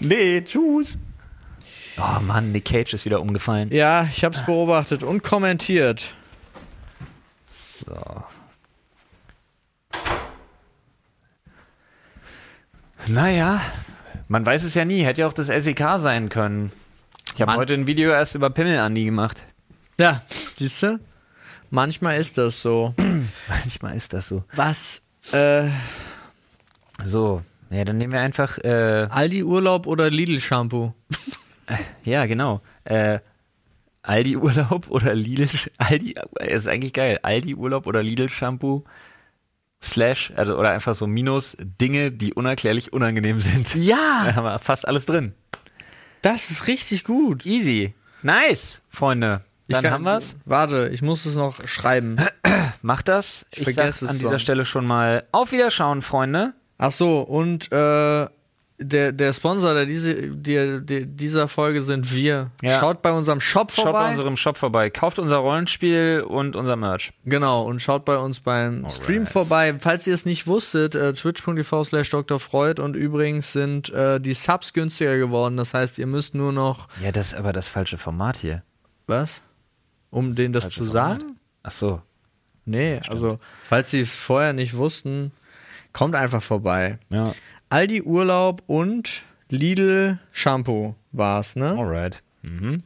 nee, tschüss. Oh Mann, Nick Cage ist wieder umgefallen.
Ja, ich
Ah.
hab's beobachtet und kommentiert.
So. Naja, man weiß es ja nie. Hätte ja auch das SEK sein können. Ich habe
Mann.
heute ein Video erst über Pimmel-Andi gemacht. <laughs>
Ja, siehst du? Manchmal ist das so.
Manchmal ist das so.
Was? Äh,
So, ja, dann nehmen wir einfach, äh,
Aldi Urlaub oder Lidl Shampoo?
ja, genau, äh, Aldi Urlaub <laughs> oder Lidl, Sch- Aldi, äh, ist eigentlich geil, Aldi Urlaub oder Lidl Shampoo, slash, also, oder einfach so minus Dinge, die unerklärlich unangenehm sind. <laughs> Da
Ja,
haben wir fast alles drin.
das ist richtig gut.
Easy. Nice, Freunde.
Ich
Dann
kann-
haben wir's.
Warte, ich muss es noch schreiben.
Macht das. Ich,
vergesse
sag
es
an dieser
sonst.
Stelle schon mal auf Wiederschauen, Freunde.
Ach so, und äh, der, der Sponsor der diese, der, der, dieser Folge sind wir.
Ja.
Schaut bei unserem Shop
Schaut
vorbei.
bei unserem Shop vorbei. Kauft unser Rollenspiel und unser Merch.
genau, und schaut bei uns beim Stream vorbei. Falls ihr es nicht wusstet, äh, twitch.tv slash Dr. Freud und übrigens sind äh, die Subs günstiger geworden. Das heißt, ihr müsst nur noch,
Ja, das ist aber das falsche Format hier.
was? Um denen das zu
Format.
sagen?
Ach so.
Nee, also falls Sie es vorher nicht wussten, kommt einfach vorbei.
Ja.
Aldi Urlaub und Lidl Shampoo war's, ne?
Alright. Mhm.